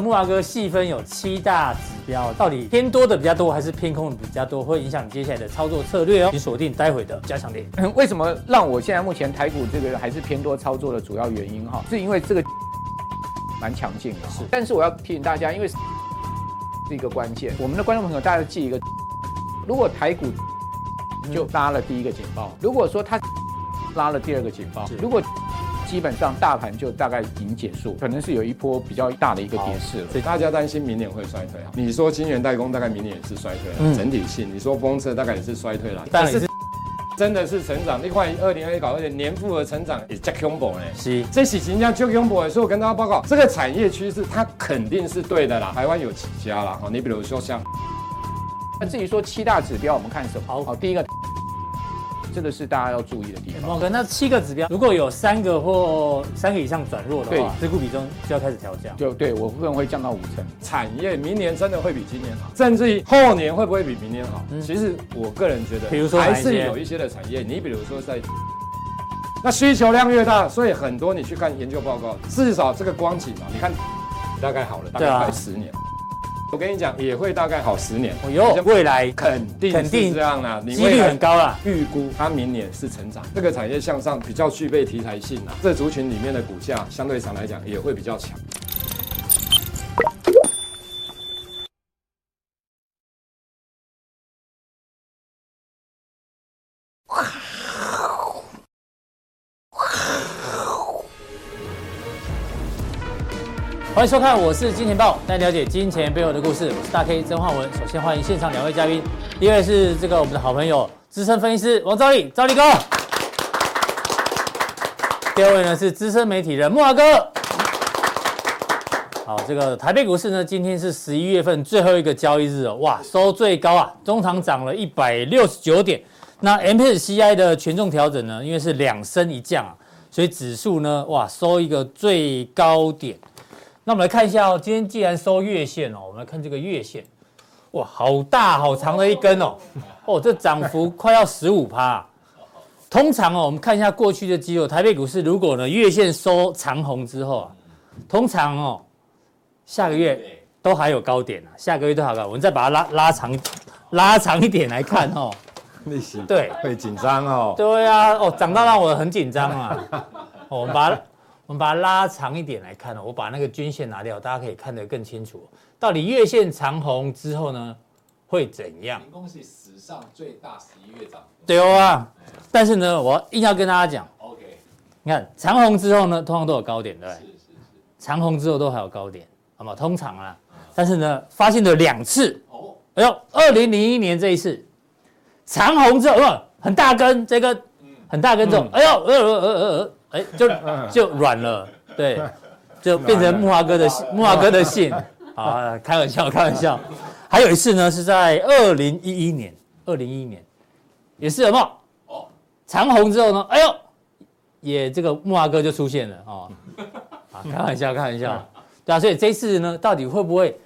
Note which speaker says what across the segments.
Speaker 1: 木华哥细分有七大指标，到底偏多的比较多还是偏空的比较多，会影响你接下来的操作策略哦。请锁定待会的加强点。
Speaker 2: 为什么让我现在目前台股这个还是偏多操作的主要原因哈，是因为这个 蛮强劲的。
Speaker 1: 是
Speaker 2: 但是我要提醒大家，因为 是一个关键，我们的观众朋友大家记一个， 如果台股
Speaker 1: 嗯
Speaker 2: 就拉了第一个警报，如果说它 拉了第二个警报
Speaker 1: 是，
Speaker 2: 如果 基本上大盘就大概已经结束，可能是有一波比较大的一个跌势了。
Speaker 3: 所以大家担心明年会衰退啊？你说晶圆代工大概明年也是衰退啊，
Speaker 1: 嗯
Speaker 3: 整体性你说风车大概也是衰退啦，
Speaker 1: 当然也是
Speaker 3: 真的是成长。另外，二零二一搞而且年复合成长也加 combo 呢。
Speaker 1: 是
Speaker 3: 这喜人家就 combo，所以我跟大家报告，这个产业趋势它肯定是对的啦。台湾有几家啦，哈，你比如说像
Speaker 2: 那至于说七大指标，我们看什么？
Speaker 1: 好
Speaker 2: 第一个 这个是大家要注意的地方。
Speaker 1: 猫哎哥，那七个指标如果有三个或三个以上转弱的话，
Speaker 2: 对
Speaker 1: 持股比重就要开始调降。
Speaker 2: 就对我个人会降到五成。
Speaker 3: 产业，明年真的会比今年好，甚至于后年会不会比明年好？
Speaker 1: 嗯
Speaker 3: 其实我个人觉得，
Speaker 1: 比如说哪一
Speaker 3: 还
Speaker 1: 些
Speaker 3: 是有一些的产业，你比如说在。那需求量越大，所以很多你去看研究报告，至少这个光景嘛，你看大概好了，大
Speaker 1: 对
Speaker 3: 概
Speaker 1: 啊
Speaker 3: 快十年。我跟你讲，也会大概好十年，
Speaker 1: 哦哟，未来
Speaker 3: 肯定
Speaker 1: 肯
Speaker 3: 肯
Speaker 1: 定
Speaker 3: 定这样啦，你
Speaker 1: 几率很高啦。
Speaker 3: 预估它明年是成长，这个产业向上比较具备题材性啊，这族群里面的股价相对上来讲也会比较强。
Speaker 1: 欢迎收看，我是金钱豹，带你了解金钱背后的故事。我是大 K 曾焕文。首先欢迎现场两位嘉宾，第一位是这个我们的好朋友资深分析师王兆力，兆力哥。第二位呢是资深媒体人木华哥。好，这个台北股市呢，今天是十一月份最后一个交易日哦，哇，收最高啊，中场涨了一百六十九点。那 MSCI 的权重调整呢，因为是两升一降啊，所以指数呢，哇，收一个最高点。那我们来看一下哦，今天既然收月线哦，我们来看这个月线，哇，好大好长的一根哦，哦，这涨幅快要十五趴。通常哦，我们看一下过去的记录，台北股市如果呢月线收长红之后啊，通常哦下个月都还有高点啊，下个月都还有高点，我们再把它拉拉长拉长一点来看哦。
Speaker 3: 利息
Speaker 1: 对
Speaker 3: 会紧张哦。
Speaker 1: 对啊，哦，涨到让我很紧张啊。 哦我们把它我们把它拉长一点来看哦，我把那个均线拿掉，大家可以看得更清楚。到底月线长红之后呢，会怎样？
Speaker 4: 成功是史上最大十一月涨幅。
Speaker 1: 对啊，但是呢，我硬要跟大家讲，
Speaker 4: OK，
Speaker 1: 你看长红之后呢，通常都有高点，对不对
Speaker 4: 是？是是。
Speaker 1: 长红之后都还有高点，好吗？通常啊，但是呢，发现了两次，
Speaker 4: 哦，
Speaker 1: 哎呦，二零零一年这一次，长红之后，哇，很大根，这根
Speaker 4: 嗯
Speaker 1: 很大根之后，哎呦，呃呃呃呃呃，哎，就就软了，对，就变成木华哥的信木华哥的信啊，开玩笑，开玩笑。还有一次呢，是在二零一一年，二零一一年也是有没有？长红之后呢，哎呦，也这个木华哥就出现了哦，啊，开玩笑，开玩笑，对啊，所以这次呢，到底会不会？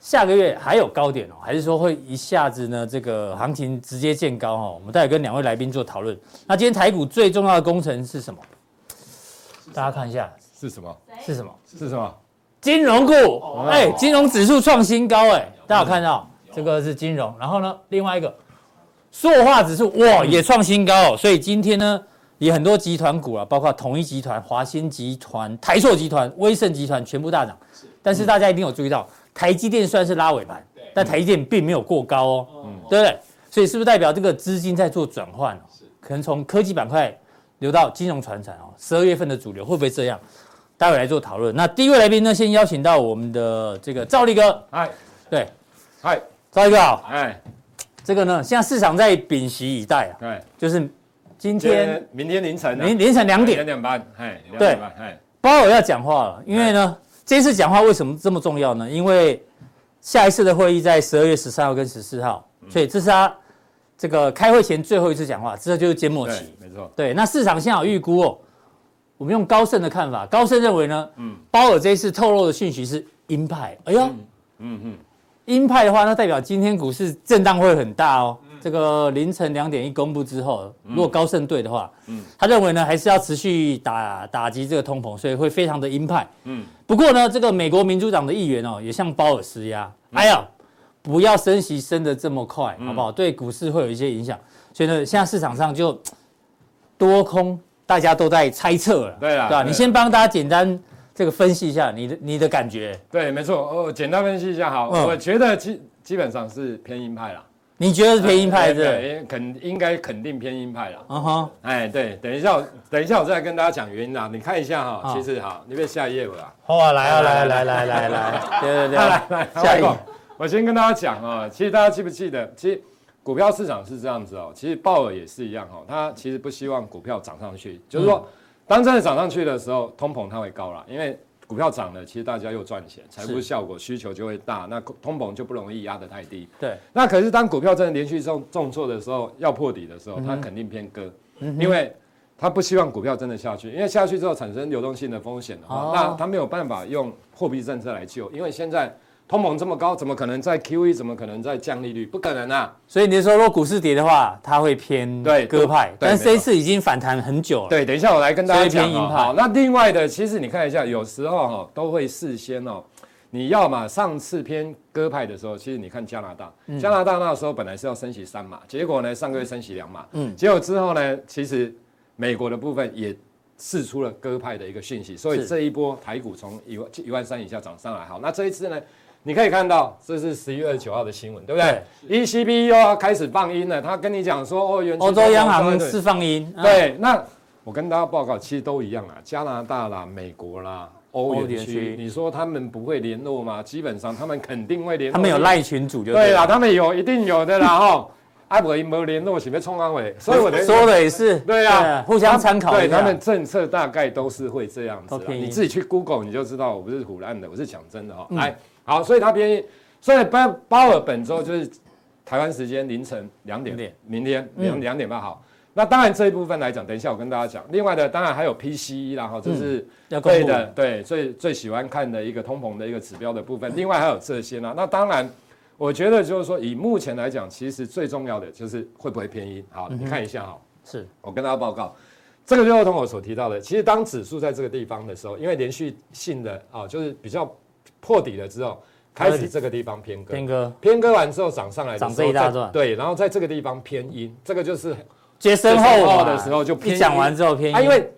Speaker 1: 下个月还有高点哦，还是说会一下子呢？这个行情直接见高哦。我们待会跟两位来宾做讨论。那今天台股最重要的工程是什么？大家看一下
Speaker 3: 是什么？
Speaker 1: 是什么？
Speaker 3: 是什么？
Speaker 1: 金融股，哎，金融指数创新高，哎，大家有看到这个是金融。然后呢，另外一个塑化指数哇也创新高哦，所以今天呢也很多集团股啊，包括统一集团、华新集团、台塑集团、威盛集团全部大涨。但是大家一定有注意到，台积电虽然是拉尾盘，但台积电并没有过高哦，对不对？所以是不是代表这个资金在做转换哦？可能从科技板块流到金融传产哦，十二月份的主流会不会这样？待会来做讨论。那第一位来宾呢，先邀请到我们的这个赵力哥，
Speaker 3: 哎
Speaker 1: 对，
Speaker 3: 哎
Speaker 1: 赵力哥好。
Speaker 3: 哎，
Speaker 1: 这个呢，现在市场在屏息以待啊，
Speaker 3: 对，
Speaker 1: 就是今
Speaker 3: 今
Speaker 1: 天
Speaker 3: 天明天凌晨啊
Speaker 1: 凌凌晨两
Speaker 3: 两
Speaker 1: 点，
Speaker 3: 点半，哎，两
Speaker 1: 对
Speaker 3: 点半，哎，
Speaker 1: 鲍尔要讲话了。因为呢，这次讲话为什么这么重要呢？因为下一次的会议在十二月十三号跟十四号，所以这是他这个开会前最后一次讲话，之后就是缄默期
Speaker 3: 对。，没错，
Speaker 1: 对，那市场现在有预估哦，我们用高盛的看法，高盛认为呢，鲍尔这一次透露的讯息是鹰派，哎呦，
Speaker 3: 嗯嗯，
Speaker 1: 鹰派的话，那代表今天股市震荡会很大哦，这个凌晨两点一公布之后，
Speaker 3: 嗯
Speaker 1: 如果高盛对的话，他认为呢还是要持续打打击这个通膨，所以会非常的鹰派。
Speaker 3: 嗯
Speaker 1: 不过呢，这个美国民主党的议员哦，也向鲍尔施压，
Speaker 3: 嗯
Speaker 1: 哎呀，不要升息升的这么快，好不好？对股市会有一些影响。所以呢，现在市场上就多空大家都在猜测了，
Speaker 3: 对啦
Speaker 1: 吧？
Speaker 3: 啊对
Speaker 1: 啊你先帮大家简单这个分析一下你的你的感觉，
Speaker 3: 对，没错。哦，简单分析一下好，
Speaker 1: 嗯
Speaker 3: 我觉得基基本上是偏鹰派啦，
Speaker 1: 你觉得是偏鹰派是不是？
Speaker 3: 对，肯应该肯定偏鹰派啦。
Speaker 1: 嗯哼，
Speaker 3: 哎，对，等一下我，等一下，我再跟大家讲原因啦。你看一下哈，
Speaker 1: 好
Speaker 3: 其实好，你别下一页了啦。
Speaker 1: 好啊，来啊，来啊来来来啊来，对对对，
Speaker 3: 来，
Speaker 1: 下
Speaker 3: 下
Speaker 1: 一
Speaker 3: 一
Speaker 1: 个
Speaker 3: 个，我先跟大家讲啊，其实大家记不记得，其实股票市场是这样子哦，其实鲍尔也是一样哦，他其实不希望股票涨上去，就是说，当真的涨上去的时候，通膨它会高啦，因为股票涨了，其实大家又赚钱，财
Speaker 1: 是
Speaker 3: 富效果需求就会大，那通膨就不容易压得太低。
Speaker 1: 对，
Speaker 3: 那可是当股票真的连续重重挫的时候，要破底的时候，它肯定偏割，因为它不希望股票真的下去，因为下去之后产生流动性的风险的话，
Speaker 1: 哦
Speaker 3: 那它没有办法用货币政策来救，因为现在通膨这么高，怎么可能在 QE，怎么可能在降利率？不可能啊！
Speaker 1: 所以你说如果股市跌的话，它会偏
Speaker 3: 对
Speaker 1: 鸽派，
Speaker 3: 对
Speaker 1: 但是这一
Speaker 3: 没错
Speaker 1: 次已经反弹很久了，
Speaker 3: 对，等一下我来跟大家
Speaker 1: 所以
Speaker 3: 讲、
Speaker 1: 偏
Speaker 3: 哦
Speaker 1: 鹰。派
Speaker 3: 好，那另外的，其实你看一下，有时候哈、都会事先哦，你要嘛上次偏鸽派的时候，其实你看加拿大，
Speaker 1: 嗯
Speaker 3: 加拿大那时候本来是要升息三码，结果呢上个月升息两码，
Speaker 1: 嗯
Speaker 3: 嗯，结果之后呢，其实美国的部分也。释出了鸽派的一个讯息，所以
Speaker 1: 是
Speaker 3: 这一波台股从一万一万三以下涨上来。好，那这一次呢，你可以看到这是十一月二十九号的新闻，对不对？ECB 又要开始放音了，他跟你讲说，哦，原
Speaker 1: 欧洲央行
Speaker 3: 是。
Speaker 1: 释放音，啊，
Speaker 3: 对，那我跟大家报告，其实都一样啊，加拿大啦、美国啦、欧
Speaker 1: 欧元
Speaker 3: 元
Speaker 1: 区
Speaker 3: 区，你说他们不会联络吗？基本上他们肯定会联络。
Speaker 1: 他们有赖群主就
Speaker 3: 对
Speaker 1: 了
Speaker 3: 啦，，他们有一定有的 啦啊哈。阿伯没联络，准备冲安委，所以我的
Speaker 1: 说的也是，
Speaker 3: 对啊，
Speaker 1: 互相参考
Speaker 3: 对
Speaker 1: 一下
Speaker 3: 他们政策大概都是会这样子、
Speaker 1: 都
Speaker 3: 啊，
Speaker 1: 偏移
Speaker 3: 你自己去 Google 你就知道，我不是胡乱的，我是讲真的哈、
Speaker 1: 嗯
Speaker 3: 来，好，所以他偏移，所以鲍鲍尔本周就是台湾时间凌晨两
Speaker 1: 两
Speaker 3: 点，
Speaker 1: 点
Speaker 3: 明天两
Speaker 1: 嗯
Speaker 3: 两点半好。那当然这一部分来讲，等一下我跟大家讲。另外的当然还有 PCE 啦哈，这是
Speaker 1: 嗯要公
Speaker 3: 对
Speaker 1: 布
Speaker 3: 的，对最最喜欢看的一个通膨的一个指标的部分。另外还有这些呢。那当然，我觉得就是说以目前来讲，其实最重要的就是会不会偏移。好，
Speaker 1: 嗯
Speaker 3: 你看一下哈、
Speaker 1: 是
Speaker 3: 我跟大家报告，这个就如同我所提到的，其实当指数在这个地方的时候，因为连续性的啊、就是比较破底了之后，开始这个地方偏割，
Speaker 1: 天哥
Speaker 3: 偏割完之后涨上来的时候，
Speaker 1: 涨这一大段
Speaker 3: 在对，然后在这个地方偏阴，这个就是
Speaker 1: 接身后嘛
Speaker 3: 的时候就偏
Speaker 1: 一嗯讲完之后偏
Speaker 3: 啊，
Speaker 1: 阴
Speaker 3: 因为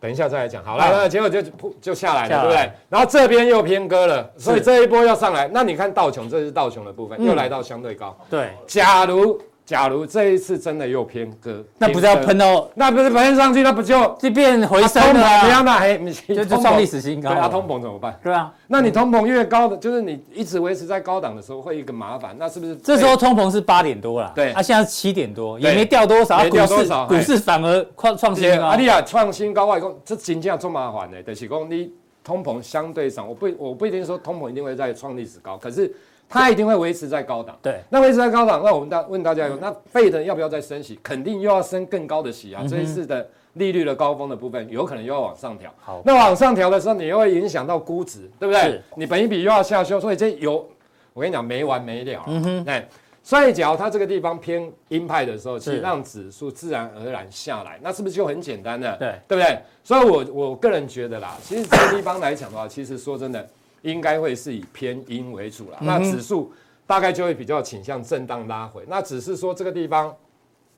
Speaker 3: 等一下再来讲好了，
Speaker 1: 啊
Speaker 3: 那结果就就就下来
Speaker 1: 下来
Speaker 3: 了，对不对？然后这边又偏割了，所以这一波要上来，那你看道琼，这是道琼的部分，
Speaker 1: 嗯
Speaker 3: 又来到相对高，
Speaker 1: 对，
Speaker 3: 假如。假如这一次真的又偏割，
Speaker 1: 那不是要
Speaker 3: 偏割
Speaker 1: 喷到
Speaker 3: 那不是喷上去，那不就
Speaker 1: 就变回
Speaker 3: 通
Speaker 1: 升
Speaker 3: 膨
Speaker 1: 了
Speaker 3: 不要
Speaker 1: 啊，
Speaker 3: 那嘿，你
Speaker 1: 就就
Speaker 3: 通膨
Speaker 1: 创历史新高
Speaker 3: 对啊，
Speaker 1: 了，
Speaker 3: 通膨怎么办？
Speaker 1: 对啊，
Speaker 3: 那你通膨越高的，就是你一直维持在高档的时候，会一个麻烦。那是不是
Speaker 1: 这时候通膨是八点多啦，
Speaker 3: 对
Speaker 1: 啊，现在七点多，也
Speaker 3: 对
Speaker 1: 没掉多少，啊
Speaker 3: 没
Speaker 1: 股
Speaker 3: 掉多
Speaker 1: 市
Speaker 3: 少
Speaker 1: 股
Speaker 3: 哎啊
Speaker 1: 市反而创创
Speaker 3: 也
Speaker 1: 新高
Speaker 3: 阿，利亚创新高外公，这真正做麻烦的，就是讲你通膨相对上，我不我不一定说通膨一定会在创历史高，可是它一定会维持在高档。
Speaker 1: 对嗯
Speaker 3: 那维持在高档，那我们大问大家一个，那费的要不要再升息？肯定又要升更高的息啊！
Speaker 1: 嗯
Speaker 3: 这一次的利率的高峰的部分，有可能又要往上调。
Speaker 1: 好
Speaker 3: 那往上调的时候，你又会影响到估值，对不对
Speaker 1: 是？
Speaker 3: 你本一比又要下修，所以这有我跟你讲没完没了、啊。嗯哼，哎。所以，假如它这个地方偏鹰派的时候，其实
Speaker 1: 是
Speaker 3: 让指数自然而然下来，那是不是就很简单了？
Speaker 1: 对
Speaker 3: 对不对？所以我，我个人觉得啦，其实这个地方来讲的话，其实说真的，应该会是以偏阴为主
Speaker 1: 嗯
Speaker 3: 啦。那指数大概就会比较倾向震荡拉回。那只是说这个地方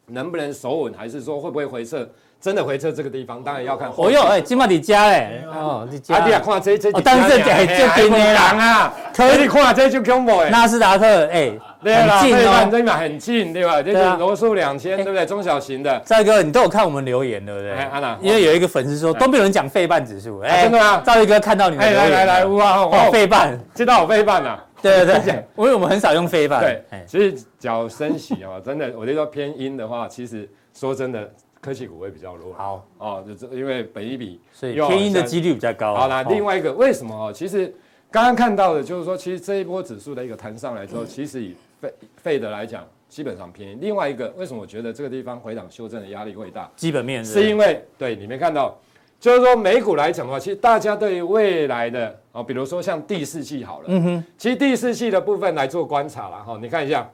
Speaker 3: 能不能守稳，还是说会不会回撤？真的回撤这个地方，当然要看后
Speaker 1: 哦
Speaker 3: 续。
Speaker 1: 哟，哎，今晚你加嘞，哦，你
Speaker 3: 啊，
Speaker 1: 加
Speaker 3: 你也，看这这
Speaker 1: 哦但是这
Speaker 3: 哎
Speaker 1: 这
Speaker 3: 还
Speaker 1: 这
Speaker 3: 没人啊，
Speaker 1: 可
Speaker 3: 可
Speaker 1: 以
Speaker 3: 以看这就恐怖的。
Speaker 1: 纳斯达克，哎，
Speaker 3: 对啊啦，
Speaker 1: 很
Speaker 3: 所
Speaker 1: 近
Speaker 3: 以
Speaker 1: 哦，
Speaker 3: 反正嘛很近，对吧？这
Speaker 1: 对啊
Speaker 3: 是罗素两千，
Speaker 1: 哎
Speaker 3: 对不对？中小型的，
Speaker 1: 帅哥，你都有看我们留言对不对
Speaker 3: 哎安娜？哎
Speaker 1: 因为有一个粉丝说都没有人讲费半指数，哎
Speaker 3: 啊真的吗
Speaker 1: 赵一哥看到你们
Speaker 3: 哎，
Speaker 1: 留言
Speaker 3: 来
Speaker 1: 了，
Speaker 3: 来来，乌啊，
Speaker 1: 哦，
Speaker 3: 哦，
Speaker 1: 费半，
Speaker 3: 知道我背叛了。
Speaker 1: 对对
Speaker 3: 谢
Speaker 1: 对
Speaker 3: 谢，
Speaker 1: 因为我们很少用飞板。
Speaker 3: 对
Speaker 1: 哎，
Speaker 3: 其实脚升息哦，真的，我就说偏阴的话，其实说真的，科技股会比较弱。
Speaker 1: 好，
Speaker 3: 哦，就是因为本一比，
Speaker 1: 所以
Speaker 3: 又
Speaker 1: 偏阴的
Speaker 3: 好像
Speaker 1: 几率比较高啊。
Speaker 3: 好啦，
Speaker 1: 哦
Speaker 3: 另外一个为什么哦？其实刚刚看到的就是说，其实这一波指数的一个弹上来之后，
Speaker 1: 嗯
Speaker 3: 其实以费费的来讲，基本上偏。另外一个为什么我觉得这个地方回档修正的压力会大，
Speaker 1: 基本面不
Speaker 3: 是因为对你没看到，就是说美股来讲的话，其实大家对于未来的哦，哦比如说像第四季好了，嗯哼，其实第四季的部分来做观察了哈、你看一下。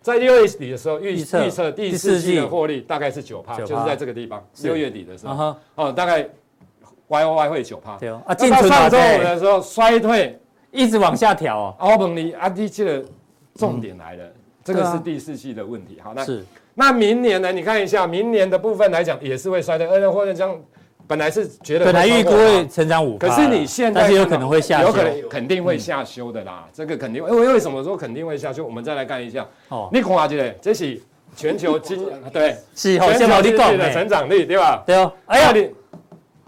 Speaker 3: 在六月底的时候预
Speaker 1: 预测
Speaker 3: 预测第
Speaker 1: 第
Speaker 3: 四
Speaker 1: 四
Speaker 3: 季的
Speaker 1: 季
Speaker 3: 获利大概是九趴，
Speaker 1: 9%
Speaker 3: 就是在这个地方。
Speaker 1: 是
Speaker 3: 六月底的时
Speaker 1: 啊
Speaker 3: 候，
Speaker 1: 哈，
Speaker 3: 哦，大概 Y O Y 会九趴。
Speaker 1: 对哦，啊，
Speaker 3: 那
Speaker 1: 进
Speaker 3: 到
Speaker 1: 存
Speaker 3: 上
Speaker 1: 嘛，
Speaker 3: 周五
Speaker 1: 对，
Speaker 3: 的时候衰退，
Speaker 1: 一直往下调哦，
Speaker 3: 奥本尼阿啊迪这个重点来了，这个
Speaker 1: 嗯对啊
Speaker 3: 是第四季的问题。好，那
Speaker 1: 是
Speaker 3: 那明年呢？你看一下，明年的部分来讲也是会衰退，而且或者将本来是觉得会
Speaker 1: 本来预估
Speaker 3: 超过嘛
Speaker 1: 会成长五，
Speaker 3: 可是你现在
Speaker 1: 但是有
Speaker 3: 看到
Speaker 1: 可能会下
Speaker 3: 有
Speaker 1: 修嗯
Speaker 3: 可能肯定会下修的啦。这个肯定，因为为什么说肯定会下修？我们再来看一下，
Speaker 1: 哦，
Speaker 3: 你看这个，这是全球 经对
Speaker 1: 是哦好
Speaker 3: 全
Speaker 1: 像
Speaker 3: 球
Speaker 1: 老
Speaker 3: 经
Speaker 1: 弟
Speaker 3: 济
Speaker 1: 讲
Speaker 3: 的
Speaker 1: 的，
Speaker 3: 成长率对吧？
Speaker 1: 对哦，哎呀，
Speaker 3: 呀，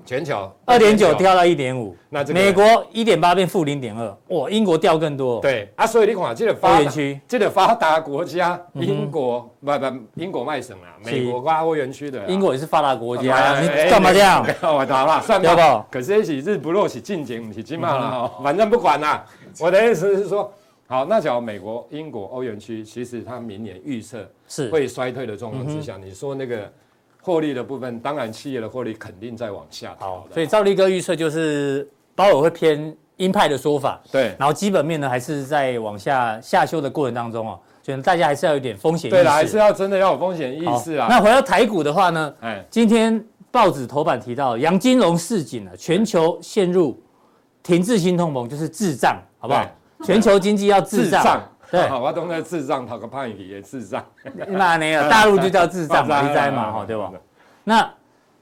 Speaker 3: 全球
Speaker 1: 二点九，掉到一点五，
Speaker 3: 那这个
Speaker 1: 美国一点八变负零点二，哇，英国掉更多，，哦
Speaker 3: 对啊，所以你看这个
Speaker 1: 欧
Speaker 3: 发
Speaker 1: 元
Speaker 3: 达
Speaker 1: 区嗯
Speaker 3: 这个发达国家，英国不不英国外省啊，美国跟欧元区的啊
Speaker 1: 英国也是发达国家，啊
Speaker 3: 哎
Speaker 1: 你
Speaker 3: 哎
Speaker 1: 干嘛这样？
Speaker 3: 没有我打 啦，算
Speaker 1: 要不嗯
Speaker 3: 吧
Speaker 1: 要。
Speaker 3: 可是那是日不落是进前，不是进嘛啦，哦反正不管啦。我的意思是说，好，那假如美国、英国、欧元区，其实它明年预测
Speaker 1: 是，嗯
Speaker 3: 会衰退的状况之下，你说那个获利的部分，当然企业的获利肯定在往下调
Speaker 1: 好，
Speaker 3: 的。
Speaker 1: 所以赵力哥预测就是鲍尔会偏鹰派的说法，
Speaker 3: 对
Speaker 1: 然后基本面呢还是在往下下修的过程当中哦，所以大家还是要有点风险意识。
Speaker 3: 对啦，还是要真的要有风险意
Speaker 1: 好
Speaker 3: 识啊。
Speaker 1: 那回到台股的话呢，
Speaker 3: 哎，
Speaker 1: 今天报纸头版提到杨金龙市井啊，全球陷入停滞性通膨，就是滞胀，好不好？全球经济要滞
Speaker 3: 智
Speaker 1: 胀，
Speaker 3: 障，
Speaker 1: 对
Speaker 3: 好，我懂得智障，讨个叛逆也智障，啊
Speaker 1: 那那个大陆就叫滞 胀嘛，你在嘛，哈，对吧？？那